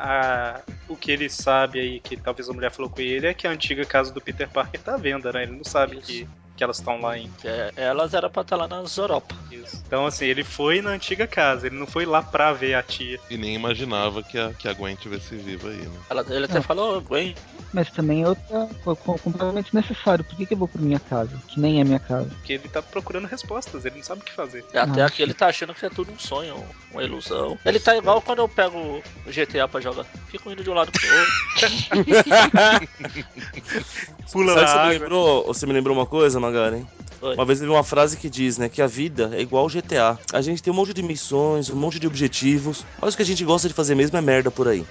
Speaker 1: a- o que ele sabe aí, que talvez a mulher falou com ele, é que a antiga casa do Peter Parker tá à venda, né? Ele não sabe
Speaker 3: Isso.
Speaker 1: que, que elas estão lá em.
Speaker 3: Que é- elas eram pra estar lá nas Europa.
Speaker 1: Isso. Então, assim, ele foi na antiga casa, ele não foi lá pra ver a tia.
Speaker 2: E nem imaginava que a, que a Gwen tivesse viva aí, né?
Speaker 3: Ela- ele até
Speaker 4: Ah.
Speaker 3: falou, Gwen,
Speaker 4: Mas também é outra, co- co- completamente desnecessário. Por que, que eu vou pra minha casa? Que nem é minha casa.
Speaker 1: Porque ele tá procurando respostas, ele não sabe o que fazer.
Speaker 3: até
Speaker 4: Ah.
Speaker 3: aqui ele tá achando que é tudo um sonho, uma ilusão. Ele tá igual quando eu pego o GTA pra jogar. Fico indo de um lado pro outro.
Speaker 1: Pula
Speaker 5: Sabe,
Speaker 1: na
Speaker 5: você, me
Speaker 1: água.
Speaker 5: lembrou, você me lembrou uma coisa, Magara, hein?
Speaker 3: Oi.
Speaker 5: Uma vez teve uma frase que diz, né, que a vida é igual ao GTA. A gente tem um monte de missões, um monte de objetivos, mas o que a gente gosta de fazer mesmo é merda por aí.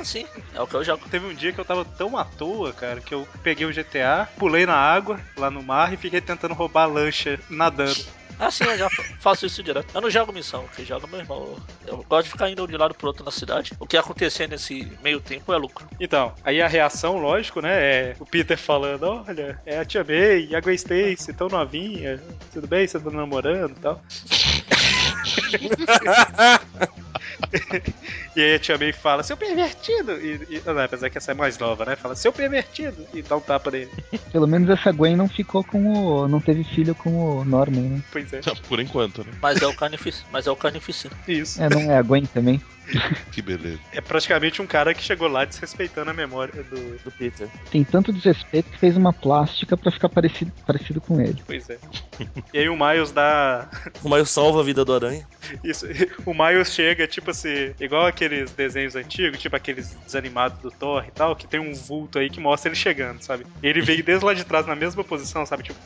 Speaker 3: Assim, é o que eu jogo.
Speaker 1: Teve um dia que eu tava tão à toa, cara, que eu peguei o GTA, pulei na água, lá no mar, e fiquei tentando roubar a lancha nadando.
Speaker 3: Assim, eu já fa- faço isso direto. Eu não jogo missão, que joga é meu irmão. Eu gosto de ficar indo de um lado pro outro na cidade. O que acontecer nesse meio tempo é lucro.
Speaker 1: Então, aí a reação, lógico, né? É o Peter falando: Olha, é a Tia May, a Gwen Stacy, tão novinha, tudo bem, você tá namorando e tal. e aí a Tia May fala: Seu pervertido! E, e, não, apesar que essa é mais nova, né? Fala: Seu pervertido! E dá um tapa nele.
Speaker 4: Pelo menos essa Gwen não ficou com o. não teve filho com o Norman, né?
Speaker 1: Pois é,
Speaker 2: Por enquanto, né?
Speaker 3: Mas é o carnificina. Mas é o carnificina.
Speaker 1: isso.
Speaker 4: É, não é a Gwen também.
Speaker 2: Que beleza.
Speaker 1: É praticamente um cara que chegou lá desrespeitando a memória do.
Speaker 5: Do Peter.
Speaker 4: Tem tanto desrespeito que fez uma plástica pra ficar parecido, parecido com ele.
Speaker 1: Pois é. E aí o Miles dá
Speaker 5: O Mario salva a vida do Aranha.
Speaker 1: Isso, o Miles chega, tipo assim, igual aqueles desenhos antigos, tipo aqueles desanimados do Thor e tal, que tem um vulto aí que mostra ele chegando, sabe? Ele veio desde lá de trás na mesma posição, sabe? Tipo.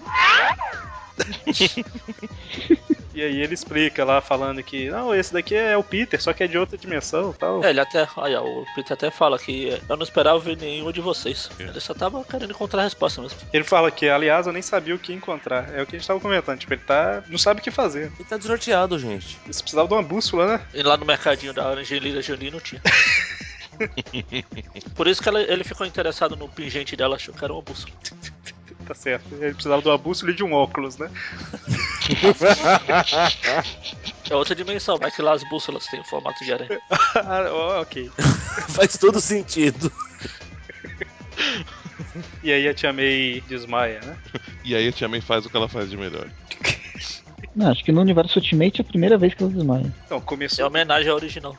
Speaker 1: E aí ele explica lá, falando que, não, esse daqui é o Peter, só que é de outra dimensão e tal.
Speaker 3: É, ele até. Aí, ó, o Peter até fala que é, eu não esperava ver nenhum de vocês. Ele só tava querendo encontrar a resposta mesmo.
Speaker 1: Ele fala que, aliás, eu nem sabia o que encontrar. É o que a gente tava comentando, tipo, ele tá. não sabe o que fazer.
Speaker 5: Ele tá desnorteado, gente.
Speaker 1: Eles precisavam de uma bússola, né?
Speaker 3: E lá no mercadinho da Angelina Jolie não tinha. Por isso que ela- ele ficou interessado no pingente dela, achou que era uma bússola.
Speaker 1: Tá certo. Ele precisava de uma bússola e de um óculos, né?
Speaker 3: É outra dimensão, mas que lá as bússolas têm o formato de aranha.
Speaker 1: ah, ok.
Speaker 5: Faz todo sentido.
Speaker 1: E aí a Tia May desmaia, né?
Speaker 2: E aí a tia May faz o que ela faz de melhor.
Speaker 4: Não, acho que no universo Ultimate é a primeira vez que ela desmaia.
Speaker 1: Então,
Speaker 3: É
Speaker 1: começou,
Speaker 3: homenagem ao original.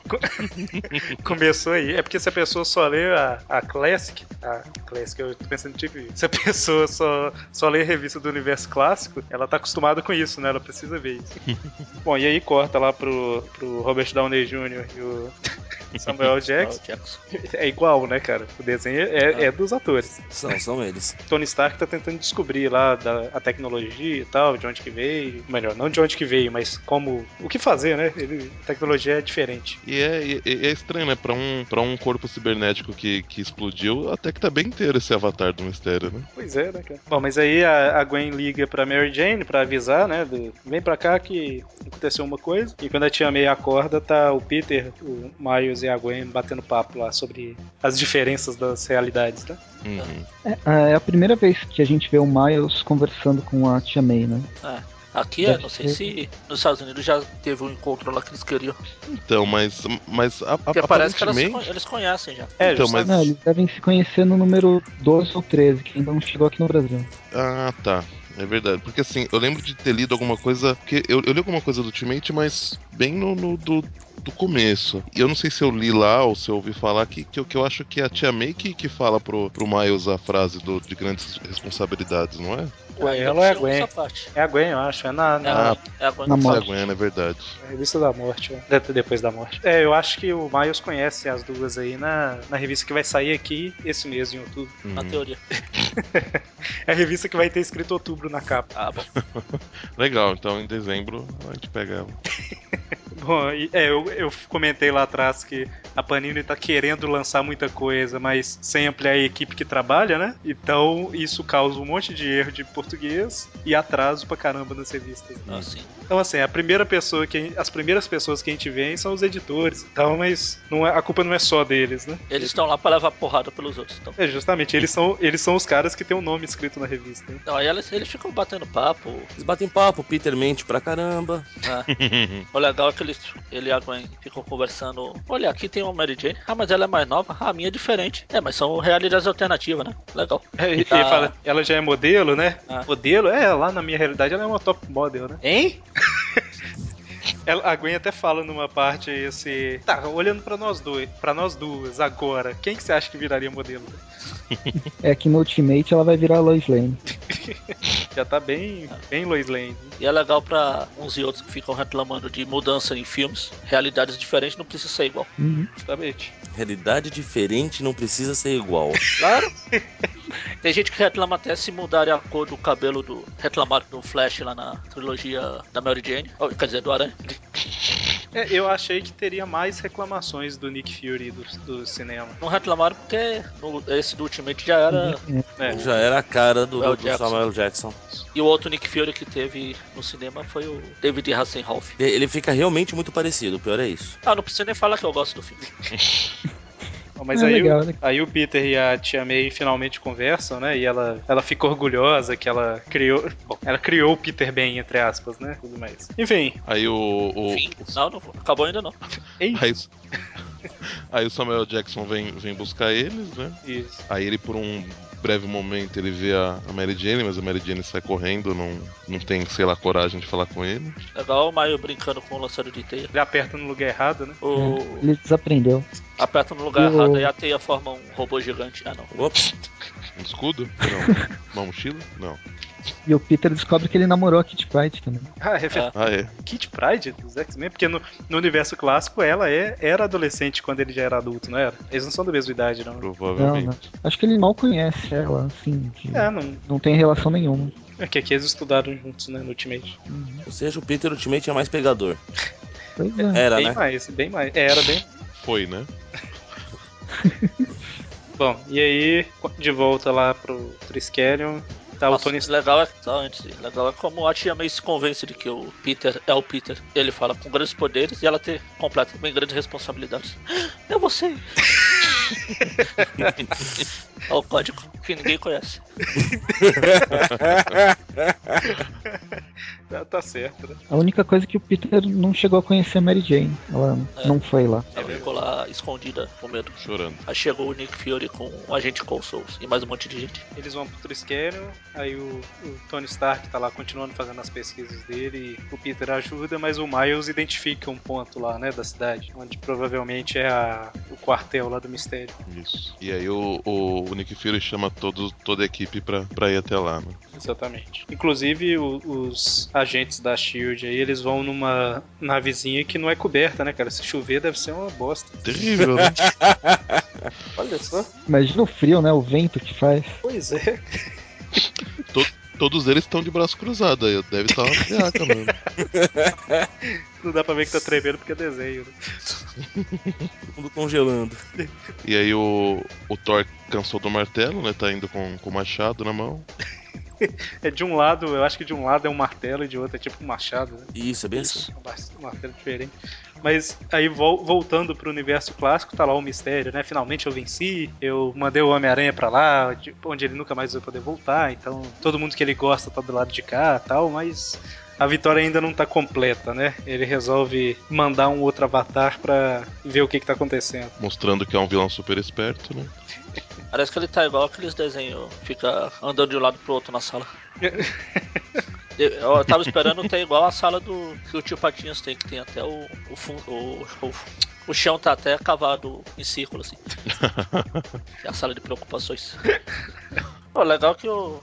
Speaker 1: começou aí. É porque se a pessoa só lê a, a Classic, a Classic, eu tô pensando em tipo, se a pessoa só, só lê a revista do universo clássico, ela tá acostumada com isso, né? Ela precisa ver isso. Bom, e aí corta lá pro, pro Robert Downey Jr. e o Samuel Jackson.
Speaker 3: Ah, o Jackson.
Speaker 1: É igual, né, cara? O desenho é, é dos atores.
Speaker 5: São, são eles.
Speaker 1: Tony Stark tá tentando descobrir lá da- a tecnologia e tal, de onde que veio. Melhor, não de onde que veio, mas como. O que fazer, né? Ele, a tecnologia é diferente.
Speaker 2: E é, e- e é estranho, né? Pra um, pra um corpo cibernético que, que explodiu, até que tá bem inteiro esse avatar do mistério, né?
Speaker 1: Pois é, né, cara? Bom, mas aí a, a Gwen liga pra Mary Jane pra avisar, né? do- Vem pra cá que aconteceu uma coisa. E quando a tia May acorda, tá o Peter, o Miles e a Gwen batendo papo lá sobre as diferenças das realidades, né?
Speaker 2: Uhum.
Speaker 4: É, é a primeira vez que a gente vê o Miles conversando com a Tia May, né?
Speaker 3: Aqui, eu
Speaker 4: Deve
Speaker 3: não sei se nos Estados Unidos já teve um encontro lá que eles queriam.
Speaker 2: Então, mas. Mas a, a,
Speaker 3: Porque parece que elas se
Speaker 2: aparentemente.
Speaker 3: con- eles conhecem já.
Speaker 1: É,
Speaker 2: Então,
Speaker 1: justamente.
Speaker 2: mas-
Speaker 4: Não, eles devem se conhecer no número 12 ou 13, que ainda não chegou aqui no Brasil.
Speaker 2: Ah, tá. É verdade. Porque assim, eu lembro de ter lido alguma coisa. Porque eu, eu li alguma coisa do Ultimate, mas bem no, no do, do começo. E eu não sei se eu li lá ou se eu ouvi falar que, que, eu- que eu acho que é a tia May que, que fala pro, pro Miles a frase do, de grandes responsabilidades, não é?
Speaker 1: Ué,
Speaker 3: Eu
Speaker 1: ela
Speaker 3: não
Speaker 1: é
Speaker 3: sei
Speaker 1: Gwen.
Speaker 3: essa parte.
Speaker 1: É a Gwen, eu acho. É na,
Speaker 3: É
Speaker 1: na-
Speaker 3: a
Speaker 2: Ah,
Speaker 3: Gwen. É a Gwen.
Speaker 4: Na
Speaker 2: Isso é a
Speaker 4: morte.
Speaker 2: Gwen, é verdade.
Speaker 1: na revista da morte. é. De- Depois da morte. É, eu acho que o Miles conhece as duas aí na, na revista que vai sair aqui esse mês, em outubro.
Speaker 2: Uhum.
Speaker 3: Na teoria.
Speaker 1: É a revista que vai ter escrito outubro na capa.
Speaker 3: Ah, bom.
Speaker 2: Legal, então em dezembro a gente pega ela.
Speaker 1: Bom, e- é, eu, eu comentei lá atrás que a Panini tá querendo lançar muita coisa, mas sempre é a equipe que trabalha, né? Então isso causa um monte de erro de português e atraso pra caramba nas revistas.
Speaker 3: Assim,
Speaker 1: Então, assim, a primeira pessoa que a- as primeiras pessoas que a gente vê são os editores, então, mas não é, a culpa não é só deles, né?
Speaker 3: eles estão lá pra levar porrada pelos outros. Então.
Speaker 1: É, justamente, eles são, eles são os caras que tem o nome escrito na revista. né?
Speaker 3: Não, aí eles, eles ficam batendo papo.
Speaker 5: Eles batem papo, Peter mente pra caramba.
Speaker 3: né? o legal é que eles, ele e a Gwen ficam conversando. Olha, aqui tem uma Mary Jane. Ah, mas ela é mais nova. Ah, a minha é diferente. É, mas são realidades alternativas, né? Legal.
Speaker 1: É, e- e
Speaker 3: Ah.
Speaker 1: fala, ela já é modelo, né?
Speaker 3: Ah.
Speaker 1: Modelo? É, lá na minha realidade ela é uma top model, né?
Speaker 3: Hein?
Speaker 1: Ela, a Gwen até fala numa parte esse. Tá, olhando pra nós dois, para nós duas agora, quem que você acha que viraria modelo?
Speaker 4: É que no Ultimate ela vai virar a Lois Lane.
Speaker 1: Já tá bem, bem Lois Lane. né?
Speaker 3: E é legal pra uns e outros que ficam reclamando de mudança em filmes. Realidades diferentes não precisa ser igual.
Speaker 4: Uhum.
Speaker 1: Justamente.
Speaker 5: Realidade diferente não precisa ser igual.
Speaker 3: Claro. Tem gente que reclama até se mudarem a cor do cabelo do. Reclamaram do Flash lá na trilogia da Mary Jane. Ou, quer dizer, do Aranha.
Speaker 1: É, eu achei que teria mais reclamações do Nick Fury do, do cinema.
Speaker 3: Não reclamaram porque no- esse do Ultimate já era.
Speaker 1: É.
Speaker 5: Já era a cara do,
Speaker 3: Samuel
Speaker 5: do
Speaker 3: Jackson.
Speaker 5: Samuel Jackson.
Speaker 3: E o outro Nick Fury que teve no cinema foi o David Hasselhoff.
Speaker 5: Ele- Ele fica realmente muito parecido, o pior é isso.
Speaker 3: Ah, não precisa nem falar que eu gosto do filme.
Speaker 1: Mas
Speaker 4: É
Speaker 1: aí,
Speaker 4: legal,
Speaker 1: o,
Speaker 4: né?
Speaker 1: aí o Peter e a Tia May finalmente conversam, né? E ela, ela fica orgulhosa que ela criou. Bom, ela criou o Peter bem, entre aspas, né? Tudo mais. Enfim.
Speaker 2: Aí o. o-
Speaker 3: Fim? Não, não acabou ainda não.
Speaker 1: Ei,
Speaker 2: aí, o- aí o Samuel Jackson vem, vem buscar eles, né?
Speaker 1: isso.
Speaker 2: Aí ele, por um breve momento, ele vê a, a Mary Jane, mas a Mary Jane sai correndo, não, não tem, sei lá, coragem de falar com ele.
Speaker 3: Legal É o Maio brincando com o lançador de teia.
Speaker 1: Ele aperta no lugar errado, né?
Speaker 3: O...
Speaker 4: Ele desaprendeu.
Speaker 3: Aperta no lugar
Speaker 4: O-
Speaker 3: errado e a teia forma um robô gigante. Ah, não.
Speaker 5: Ops,
Speaker 2: Um escudo? Não. Uma mochila? Não.
Speaker 4: E o Peter descobre que ele namorou a Kitty Pryde também.
Speaker 1: Ah, é
Speaker 3: Ah.
Speaker 2: Ah, é.
Speaker 1: Kit Pride dos X-Men, porque no, no universo clássico ela é, era adolescente quando ele já era adulto, não era? Eles não são da mesma idade, não.
Speaker 2: Provavelmente.
Speaker 4: Acho que ele mal conhece ela, assim. de-
Speaker 1: É, não.
Speaker 4: Não tem relação nenhuma.
Speaker 1: É que aqui eles estudaram juntos, né, no Ultimate.
Speaker 4: Uhum.
Speaker 5: ou seja, o Peter Ultimate é mais pegador.
Speaker 4: Pois é.
Speaker 5: Era,
Speaker 1: bem
Speaker 5: né?
Speaker 1: mais, bem mais. É, era bem.
Speaker 2: Foi, né?
Speaker 1: Bom, e aí, de volta lá pro Triskelion, tá o
Speaker 3: Nossa,
Speaker 1: Tony.
Speaker 3: legal é só antes, legal é como a tia May se convence de que o Peter é o Peter. Ele fala com grandes poderes e ela tem completa bem grandes responsabilidades. É você. é o código que ninguém conhece.
Speaker 1: Tá, tá certo, né?
Speaker 4: A única coisa é que o Peter não chegou a conhecer a Mary Jane. Ela
Speaker 3: É.
Speaker 4: não foi lá.
Speaker 3: Ela ficou lá escondida com medo.
Speaker 2: Chorando.
Speaker 3: Aí chegou o Nick Fury com o agente Cold Souls e mais um monte de gente.
Speaker 1: Eles vão pro Triskelion, aí o, o Tony Stark tá lá continuando fazendo as pesquisas dele, e o Peter ajuda, mas o Miles identifica um ponto lá, né, da cidade, onde provavelmente é a- o quartel lá do mistério.
Speaker 2: Isso. E aí o, o, o Nick Fury chama todo, toda a equipe pra, pra ir até lá, né?
Speaker 1: Exatamente. Inclusive, o- os agentes da Shield aí, eles vão numa navezinha que não é coberta, né, cara? Se chover, deve ser uma bosta.
Speaker 2: Terrível, né?
Speaker 1: Olha só.
Speaker 4: Imagina o frio, né? O vento que faz.
Speaker 1: Pois é.
Speaker 2: Todos eles estão de braço cruzado aí. Deve estar uma né? friaca mesmo.
Speaker 1: Não dá pra ver que tá tremendo porque é desenho, né?
Speaker 5: Todo mundo congelando.
Speaker 2: E aí o, o Thor cansou do martelo, né? Tá indo com, com o machado na mão.
Speaker 1: É de um lado, eu acho que de um lado é um martelo e de outro é tipo um machado, né?
Speaker 5: Isso, é bem assim.
Speaker 1: Um mar- um martelo diferente. Mas aí, vol- voltando pro universo clássico, tá lá o mistério, né? Finalmente eu venci, eu mandei o Homem-Aranha pra lá, de- onde ele nunca mais vai poder voltar, então todo mundo que ele gosta tá do lado de cá tal, mas a vitória ainda não tá completa, né? Ele resolve mandar um outro avatar pra ver o que que tá acontecendo.
Speaker 2: Mostrando que é um vilão super esperto, né?
Speaker 3: Parece que ele tá igual aqueles desenhos, fica andando de um lado pro outro na sala. Eu, eu tava esperando ter igual a sala do que o tio Patinhas tem, que tem até o, o, fun- o, o, o chão tá até cavado em círculo, assim. É a sala de preocupações. Pô, legal que o,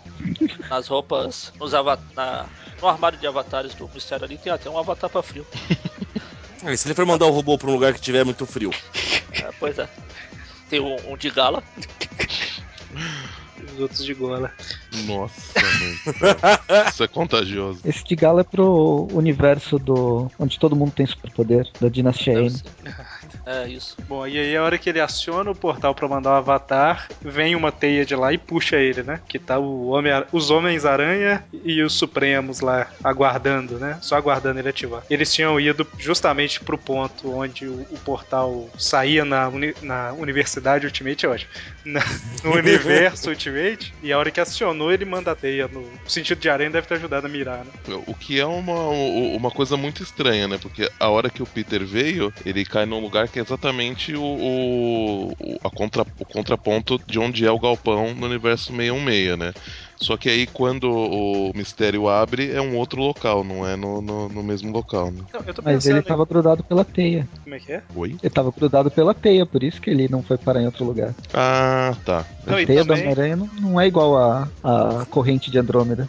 Speaker 3: nas roupas, nos ava- na, no armário de avatares do mistério ali tem até um avatar pra frio.
Speaker 5: Aí, se ele for mandar o robô pra um lugar que tiver muito frio.
Speaker 3: É, pois é. Tem um, um de gala.
Speaker 1: E os outros de gola.
Speaker 2: Nossa, mano. Isso é contagioso.
Speaker 4: Esse de Gala é pro universo do. onde todo mundo tem superpoder, da Dinastia
Speaker 3: deve
Speaker 4: N.
Speaker 3: ser. É isso.
Speaker 1: Bom, e aí a hora que ele aciona o portal pra mandar o avatar, vem uma teia de lá e puxa ele, né? Que tá o homem, os Homens-Aranha e os Supremos lá aguardando, né? Só aguardando ele ativar. Eles tinham ido justamente pro ponto onde o, o portal saía na, uni- na Universidade Ultimate, eu acho. Na- no Universo Ultimate. E a hora que acionou, ele manda a teia. No sentido de aranha deve ter ajudado a mirar, né?
Speaker 2: O que é uma, o- uma coisa muito estranha, né? Porque a hora que o Peter veio, ele cai num lugar que é exatamente o, o, o- a contra, o contraponto de onde é o galpão no universo 616, né? Só que aí quando o mistério abre, é um outro local, não é no, no, no mesmo local, né?
Speaker 1: Não, Então, eu tô
Speaker 4: Mas
Speaker 1: pensando
Speaker 4: ele tava grudado pela teia.
Speaker 1: em... como é que é?
Speaker 2: Oi?
Speaker 4: Ele tava grudado pela teia, por isso que ele não foi parar em outro lugar.
Speaker 2: Ah, tá.
Speaker 1: Não,
Speaker 4: a
Speaker 1: e
Speaker 4: teia do
Speaker 1: também-
Speaker 4: Homem-Aranha não, não é igual a, a corrente de Andrômeda.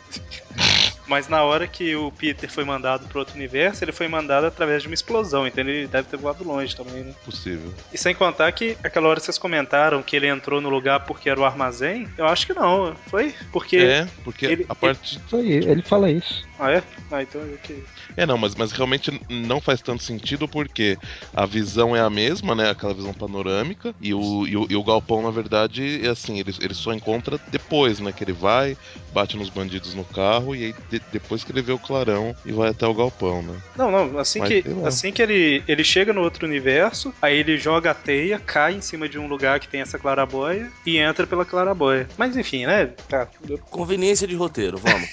Speaker 1: Mas na hora que o Peter foi mandado para outro universo, ele foi mandado através de uma explosão, então ele deve ter voado longe também, né?
Speaker 2: Possível.
Speaker 1: E sem contar que aquela hora vocês comentaram que ele entrou no lugar porque era o armazém, eu acho que não, foi? Porque.
Speaker 2: É, porque
Speaker 1: ele-
Speaker 2: a parte.
Speaker 4: Isso aí, ele fala isso.
Speaker 1: Ah, é? Ah, então eu que.
Speaker 2: É, não, mas, mas realmente não faz tanto sentido porque a visão é a mesma, né? Aquela visão panorâmica. E o, e o, e o galpão, na verdade, é assim: ele, ele só encontra depois, né? Que ele vai, bate nos bandidos no carro e aí de- depois que ele vê o clarão e vai até o galpão, né?
Speaker 1: Não, não, assim
Speaker 2: Mas
Speaker 1: que,
Speaker 2: sei lá.
Speaker 1: assim que ele, ele chega no outro universo, aí ele joga a teia, cai em cima de um lugar que tem essa clarabóia e entra pela clarabóia. Mas enfim, né? Tá,
Speaker 5: Conveniência de roteiro, vamos.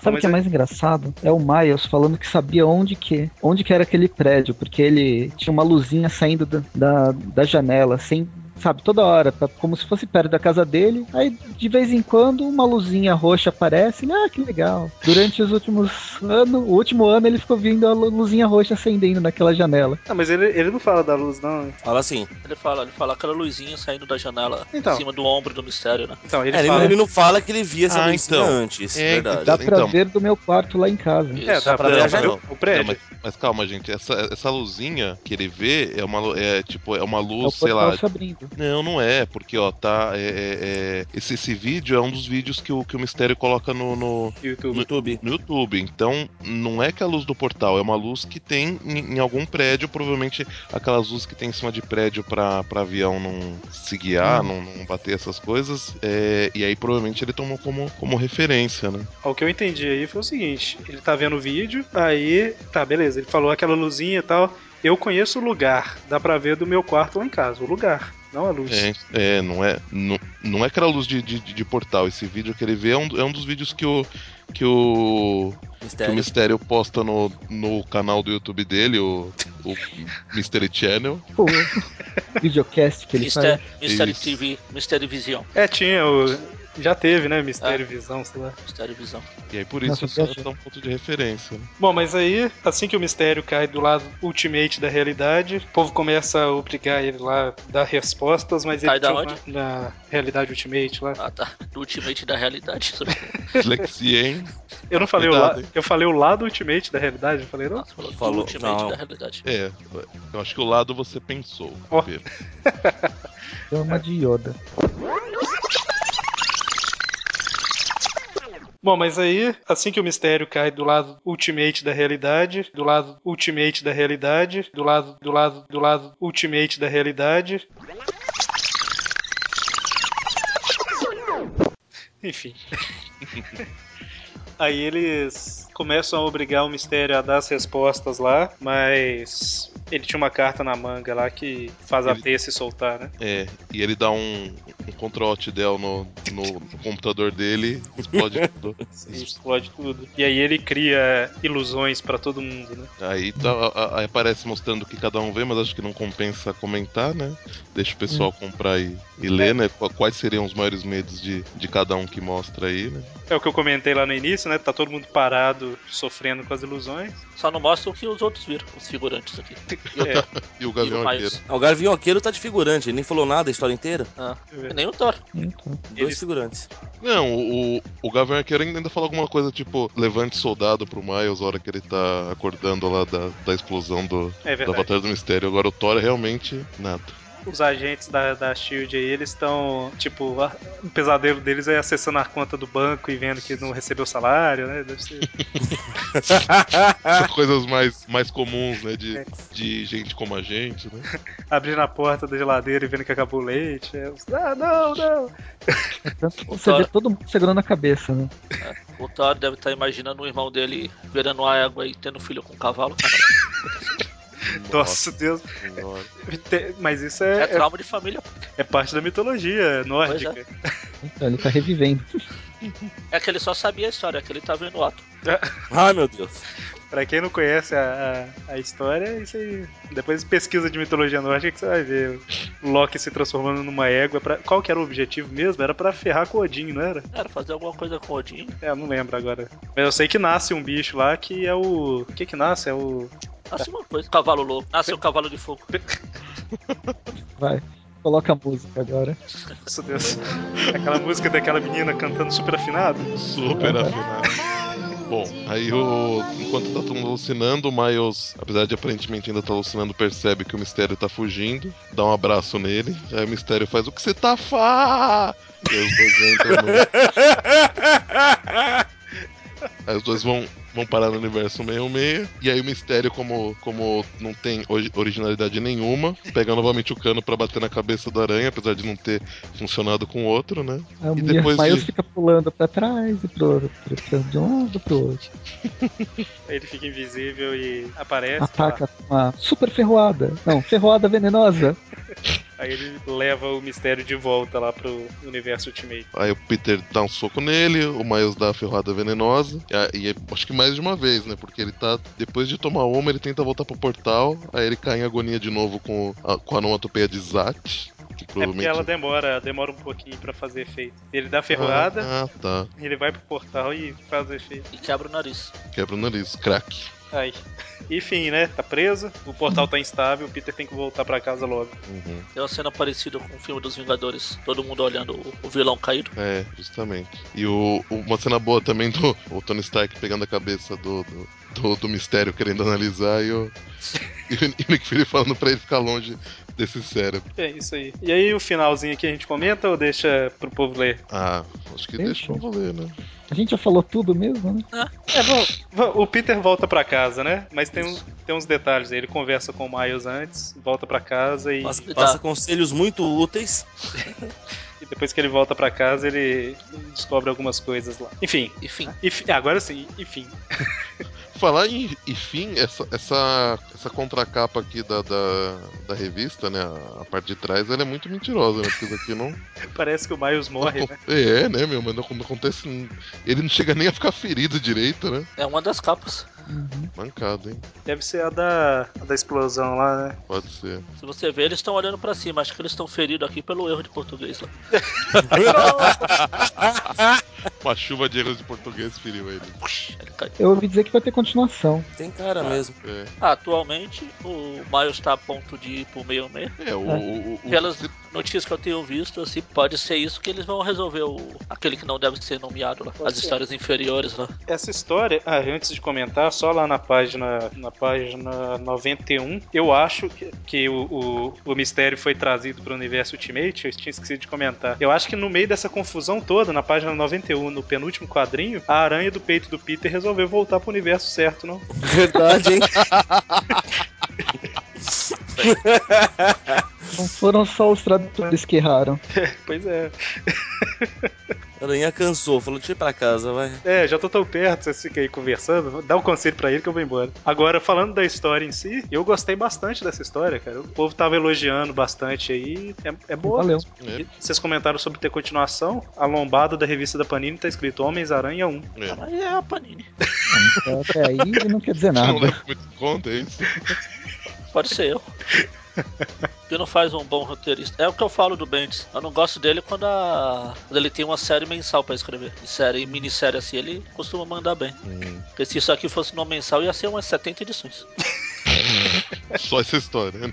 Speaker 4: Sabe o
Speaker 1: Mas
Speaker 4: que é
Speaker 1: é-
Speaker 4: mais engraçado? É o Miles falando que sabia onde que, onde que era aquele prédio, porque ele tinha uma luzinha saindo da, da, da janela, sem, sabe, toda hora, pra- como se fosse perto da casa dele. Aí, de vez em quando, uma luzinha roxa aparece, ele, ah, que legal. Durante os últimos anos, o último ano, ele ficou vendo a lu- luzinha roxa acendendo naquela janela.
Speaker 1: Ah, mas ele, ele não fala da luz, não. né?
Speaker 5: Fala assim.
Speaker 3: Ele fala, ele fala aquela luzinha saindo da janela
Speaker 1: Então.
Speaker 3: em cima do ombro do mistério, né?
Speaker 1: Então,
Speaker 5: É,
Speaker 1: ele
Speaker 5: Ele,
Speaker 1: fala.
Speaker 5: ele não fala que ele via essa
Speaker 2: Ah,
Speaker 5: luzinha
Speaker 2: então.
Speaker 5: antes,
Speaker 2: É,
Speaker 5: verdade.
Speaker 4: Dá pra
Speaker 2: Então-
Speaker 4: ver do meu quarto lá em casa.
Speaker 3: Isso.
Speaker 1: É, dá pra ver a
Speaker 5: Não,
Speaker 1: janela.
Speaker 5: não.
Speaker 1: O
Speaker 2: É,
Speaker 1: prédio.
Speaker 2: mas, mas calma, gente. Essa, essa luzinha que ele vê é uma, lu- é, tipo, é uma
Speaker 4: É o
Speaker 2: luz, sei lá,
Speaker 4: portal se abrindo.
Speaker 2: Não, não é, porque ó, tá. é, é, é, esse, esse vídeo é um dos vídeos que o, que o Mistério coloca no, no,
Speaker 1: YouTube.
Speaker 5: YouTube.
Speaker 2: no YouTube. Então, não é que a luz do portal, é uma luz que tem em, em algum prédio, provavelmente aquelas luzes que tem em cima de prédio pra, pra avião não se guiar, não, não bater essas coisas. é, e aí provavelmente ele tomou como, como referência, né?
Speaker 1: Ó, O que eu entendi aí foi o seguinte: ele tá vendo o vídeo, aí, tá, beleza, ele falou aquela luzinha e tal. Eu conheço o lugar, dá pra ver do meu quarto lá em casa, o lugar, não a luz.
Speaker 2: É, é, não é. Não, não é aquela luz de, de, de portal. Esse vídeo que ele vê é um, é um dos vídeos que o. Que o que o
Speaker 5: Mistério.
Speaker 2: Mistério posta no, no canal do YouTube dele, o, o Mystery Channel.
Speaker 4: Pô, videocast que ele faz.
Speaker 3: Mistério, Mistério
Speaker 2: Isso.
Speaker 3: TV, Mistério Visão,
Speaker 1: É, tinha o. Já teve, né?
Speaker 3: Ah.
Speaker 1: Mistério e Visão, sei lá.
Speaker 3: Mistério Visão.
Speaker 2: E aí por isso
Speaker 4: Nossa,
Speaker 2: isso é
Speaker 4: viajou.
Speaker 2: só um ponto de referência. né?
Speaker 1: Bom, mas aí, assim que o mistério cai do lado ultimate da realidade, o povo começa a obrigar ele lá a dar respostas, mas
Speaker 3: Cai
Speaker 1: ele
Speaker 3: da
Speaker 1: tinha uma- na realidade ultimate lá.
Speaker 3: Ah, tá. Do Ultimate da realidade.
Speaker 2: Dislexia, hein?
Speaker 1: Eu não falei o
Speaker 2: Cuidado,
Speaker 1: lado. Eu falei o lado ultimate da realidade, eu falei, não?
Speaker 3: Nossa, falou, do
Speaker 5: Falou,
Speaker 3: Ultimate
Speaker 5: não.
Speaker 3: da realidade.
Speaker 2: É, eu acho que o lado você pensou.
Speaker 1: Ó.
Speaker 2: Pedro.
Speaker 4: Chama é de Yoda.
Speaker 1: Bom, mas aí, assim que o mistério cai do lado ultimate da realidade, do lado ultimate da realidade, do lado, do lado, do lado ultimate da realidade. Enfim. Aí eles começam a obrigar o mistério a dar as respostas lá, mas ele tinha uma carta na manga lá que faz a
Speaker 2: Ele-
Speaker 1: teia se soltar, né?
Speaker 2: É, e ele dá um, um Ctrl Alt Del no, no, no computador dele, explode tudo.
Speaker 1: E explode tudo. E aí ele cria ilusões pra todo mundo, né?
Speaker 2: Aí, tá- a- a- aí aparece mostrando o que cada um vê, mas acho que não compensa comentar, né? Deixa o pessoal
Speaker 1: Hum.
Speaker 2: comprar e, e
Speaker 1: É.
Speaker 2: ler, né? Qu- Quais seriam os maiores medos de, de cada um que mostra aí, né?
Speaker 1: É o que eu comentei lá no início, né? Tá todo mundo parado, sofrendo com as ilusões.
Speaker 3: Só não mostra o que os outros viram, os figurantes aqui.
Speaker 1: É,
Speaker 2: E o
Speaker 3: e
Speaker 2: Gavião
Speaker 3: o
Speaker 2: Arqueiro.
Speaker 3: mais.
Speaker 5: Ah, O Gavião Arqueiro tá de figurante, ele nem falou nada a história inteira.
Speaker 3: Ah, e nem o Thor.
Speaker 4: Então,
Speaker 5: Dois
Speaker 1: Ele-
Speaker 5: figurantes.
Speaker 2: Não, o, o- o Gavião Arqueiro ainda fala alguma coisa tipo: levante soldado pro Miles, a hora que ele tá acordando lá da, da explosão do,
Speaker 1: é
Speaker 2: da
Speaker 1: verdade.
Speaker 2: Batalha do Mistério. Agora o Thor é realmente nada.
Speaker 1: Os agentes da, da Shield aí, eles estão, tipo, a- o pesadelo deles é acessando a conta do banco e vendo que não recebeu salário, né? Deve ser.
Speaker 2: São coisas mais, mais comuns, né? De, de gente como a gente, né?
Speaker 1: Abrindo a porta da geladeira e vendo que acabou o leite. é, ah, não, não.
Speaker 4: tanto que
Speaker 3: O
Speaker 4: você
Speaker 3: Thor-
Speaker 4: vê todo mundo segurando a cabeça, né?
Speaker 3: O Thor deve estar imaginando o irmão dele virando a égua e tendo filho com um cavalo.
Speaker 1: Nossa, Deus.
Speaker 2: Senhora.
Speaker 1: Te- Mas isso
Speaker 3: É
Speaker 1: é, é,
Speaker 3: trauma de família.
Speaker 1: é parte da mitologia nórdica.
Speaker 4: Então, ele tá revivendo.
Speaker 3: É que ele só sabia a história, é que ele tá vendo o ato.
Speaker 5: Ai, meu Deus.
Speaker 1: Pra quem não conhece a, a, a história, isso aí. Depois pesquisa de mitologia nórdica que você vai ver o Loki se transformando numa égua. Pra... Qual que era o objetivo mesmo? Era pra ferrar com Odin, não era?
Speaker 3: Era fazer alguma coisa com o Odin.
Speaker 1: É, eu não lembro agora. Mas eu sei que nasce um bicho lá que é o. O que que nasce? É o.
Speaker 3: Nasce uma coisa. Cavalo louco. Nasceu o cavalo de fogo.
Speaker 4: Vai. Coloca a música agora.
Speaker 1: Nossa Deus. Aquela música daquela menina cantando super afinado.
Speaker 2: Super afinado. Bom, aí o. Enquanto tá todo mundo alucinando, o Miles, apesar de aparentemente ainda tá alucinando, percebe que o mistério tá fugindo, dá um abraço nele, aí o mistério faz o que você tá fa! E aí os dois entram no. Aí os dois vão, vão parar no universo 66. E aí o mistério, como, como não tem ori- originalidade nenhuma, pega novamente o cano pra bater na cabeça do aranha, apesar de não ter funcionado com o outro, né?
Speaker 4: A
Speaker 2: E
Speaker 4: mulher
Speaker 2: depois
Speaker 4: Miles
Speaker 2: de-
Speaker 4: fica pulando pra trás e pro, pro, pro, de um lado pro outro.
Speaker 1: Aí ele fica invisível e aparece. tá?
Speaker 4: Ataca com uma super ferroada. Não, ferroada venenosa.
Speaker 1: Aí ele leva o mistério de volta lá pro universo Ultimate.
Speaker 2: Aí o Peter dá um soco nele, o Miles dá a ferrada venenosa. E, a- e é- acho que mais de uma vez, né? Porque ele tá. Depois de tomar uma, ele tenta voltar pro portal. Aí ele cai em agonia de novo com, a, com a onomatopeia de Zat. Que
Speaker 1: É porque
Speaker 2: provavelmente.
Speaker 1: ela demora, demora um pouquinho pra fazer efeito. Ele dá ferroada,
Speaker 2: Ah, tá.
Speaker 1: Ele vai pro portal e faz o efeito.
Speaker 3: E quebra o nariz.
Speaker 2: Quebra o nariz, craque.
Speaker 1: Aí. Enfim, né? Tá preso, o portal tá instável, o Peter tem que voltar pra casa logo.
Speaker 2: Uhum.
Speaker 3: Tem uma cena parecida com o filme dos Vingadores. Todo mundo olhando o, o vilão caído.
Speaker 2: É, justamente. E o, o- uma cena boa também do o Tony Stark pegando a cabeça do, do, do- do mistério querendo analisar e o, e o Nick Fury falando pra ele ficar longe desse cérebro.
Speaker 1: É isso aí. E aí o finalzinho aqui a gente comenta ou deixa pro povo ler?
Speaker 2: Ah, acho que
Speaker 4: Ixi.
Speaker 2: deixou eu vou ler, né?
Speaker 4: A gente já falou tudo mesmo, né?
Speaker 1: É, vamos. vamos- O Peter volta pra casa, né? Mas tem, um- tem uns detalhes aí. Ele conversa com o Miles antes, volta pra casa e,
Speaker 5: Passa,
Speaker 3: Dá.
Speaker 5: passa conselhos muito úteis.
Speaker 1: e depois que ele volta pra casa, ele descobre algumas coisas lá. Enfim.
Speaker 3: Enfim,
Speaker 1: Enfim, agora sim, enfim.
Speaker 2: Falar em, enfim, essa, essa, essa contracapa aqui da, da, da revista, né? A, a parte de trás, ela é muito mentirosa, né? Porque isso aqui não.
Speaker 1: Parece que o Miles morre, né?
Speaker 2: É, né, meu? Mas não, não acontece. Ele não chega nem a ficar ferido direito, né?
Speaker 3: é uma das capas.
Speaker 4: Uhum.
Speaker 2: Mancado, hein?
Speaker 1: Deve ser a da, a da explosão lá, né?
Speaker 2: Pode ser.
Speaker 3: Se você ver, eles estão olhando pra cima. Acho que eles estão feridos aqui pelo erro de português lá.
Speaker 2: Uma chuva de erros de português feriu ele.
Speaker 3: Ele tá caiu.
Speaker 4: Eu ouvi dizer que vai ter continuação.
Speaker 5: Tem cara mesmo.
Speaker 2: É.
Speaker 3: Ah, Atualmente, o Miles está a ponto de ir pro meio-meio.
Speaker 2: É, o. o, o-
Speaker 3: Pelas
Speaker 2: se-
Speaker 3: notícias que eu tenho visto, assim, pode ser isso que eles vão resolver o... aquele que não deve ser nomeado lá.
Speaker 1: Pode
Speaker 3: as
Speaker 1: ser.
Speaker 3: histórias inferiores lá.
Speaker 1: Essa história, ah, antes de comentar, só lá na página, na página 91, eu acho que, que o, o, o mistério foi trazido para o universo Ultimate, eu tinha esquecido de comentar. Eu acho que no meio dessa confusão toda, na página 91, no penúltimo quadrinho, a aranha do peito do Peter resolveu voltar para o universo certo, não?
Speaker 5: Verdade, hein?
Speaker 4: Não foram só os tradutores que erraram.
Speaker 1: Pois é.
Speaker 5: Aranha cansou, falou: deixa eu ir pra casa, vai.
Speaker 1: É, já tô tão perto, vocês ficam aí conversando, dá um conselho pra ele que eu vou embora. Agora, falando da história em si, eu gostei bastante dessa história, cara. O povo tava elogiando bastante aí, é, é boa.
Speaker 4: Valeu.
Speaker 2: É.
Speaker 1: E Vocês comentaram sobre ter continuação, a lombada da revista da Panini tá escrito Homens-Aranha 1.
Speaker 3: Ah, Mas é a Panini.
Speaker 4: Então, Até aí não quer dizer
Speaker 2: Você não
Speaker 4: nada.
Speaker 2: leva muito em conta, é isso?
Speaker 3: Pode ser eu. Que não faz um bom roteirista. É o que eu falo do Bendis. Eu não gosto dele quando, a... quando ele tem uma série mensal pra escrever. Série, minissérie assim, ele costuma mandar bem. Porque se isso aqui fosse no mensal, ia ser umas 70 edições.
Speaker 2: Só essa história, né?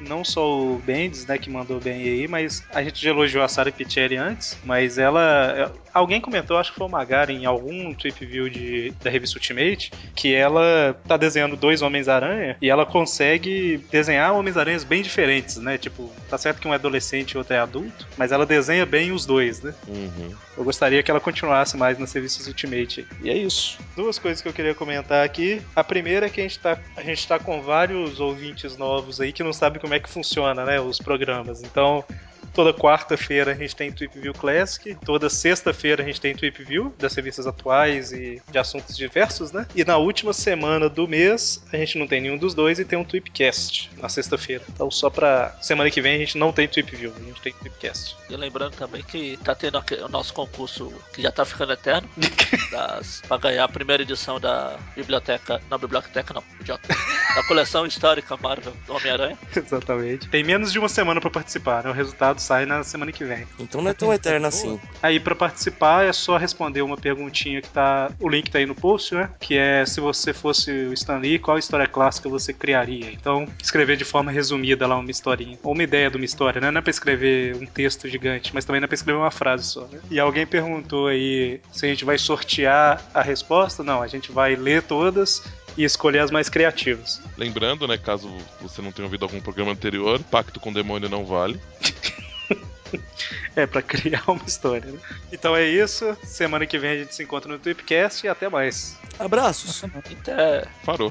Speaker 1: não só o Bendis, né, que mandou bem aí, mas a gente já elogiou a Sarah Pichelli antes, mas ela... é, Alguém comentou, acho que foi o Magari, em algum trip view de, da revista Ultimate, que ela tá desenhando dois Homens-Aranha e ela consegue desenhar Homens-Aranhas bem diferentes, né? Tipo, tá certo que um é adolescente e outro é adulto, mas ela desenha bem os dois, né?
Speaker 2: Uhum.
Speaker 1: Eu gostaria que ela continuasse mais nas revistas Ultimate. E é isso. Duas coisas que eu queria comentar aqui. A primeira é que a gente tá, a gente tá com vários ouvintes novos aí que não sabem como é que funciona, né, os programas. Então, toda quarta-feira a gente tem Tweep View Classic, toda sexta-feira a gente tem Tweep View das revistas atuais e de assuntos diversos, né? E na última semana do mês a gente não tem nenhum dos dois e tem um Tweepcast na sexta-feira. Então, só pra semana que vem a gente não tem Tweep View, a gente tem Tweepcast.
Speaker 3: E lembrando também que tá tendo aqui o nosso concurso que já tá ficando eterno. Das, pra ganhar a primeira edição da biblioteca. Não, biblioteca não, idiota. Da coleção histórica Marvel do Homem-Aranha.
Speaker 1: Exatamente. Tem menos de uma semana pra participar, né? O resultado sai na semana que vem.
Speaker 5: Então não é tão eterno assim.
Speaker 1: Aí pra participar é só responder uma perguntinha que tá. O link tá aí no post, né? Que é se você fosse o Stan Lee, qual história clássica você criaria? Então, escrever de forma resumida lá uma historinha. Ou uma ideia de uma história, né? Não é pra escrever um texto gigante, mas também não é pra escrever uma frase só, né? E alguém perguntou aí se a gente vai sortear a resposta. Não, a gente vai ler todas e escolher as mais criativas.
Speaker 2: Lembrando, né, caso você não tenha ouvido algum programa anterior, Pacto com o Demônio não vale.
Speaker 1: É, pra criar uma história, né? Então é isso. Semana que vem a gente se encontra no Tweepcast e até mais.
Speaker 5: Abraços.
Speaker 3: Até.
Speaker 2: Parou.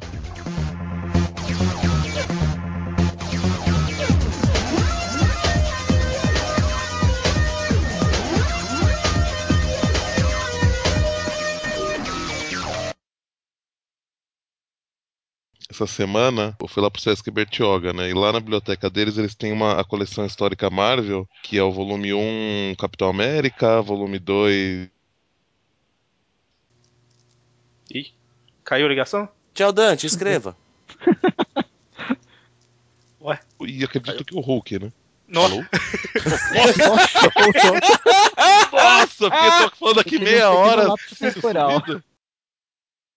Speaker 2: Essa semana eu fui lá pro Sesc Bertioga, né? E lá na biblioteca deles eles têm uma, a coleção histórica Marvel, que é o volume 1 Capitão América, volume 2.
Speaker 1: Ih, caiu a ligação?
Speaker 5: Tchau, Dante, escreva.
Speaker 2: E acredito que o Hulk, né?
Speaker 1: Nossa,
Speaker 2: Nossa, porque eu tô falando aqui meia hora.
Speaker 4: Lá pro temporal.
Speaker 2: Sumido.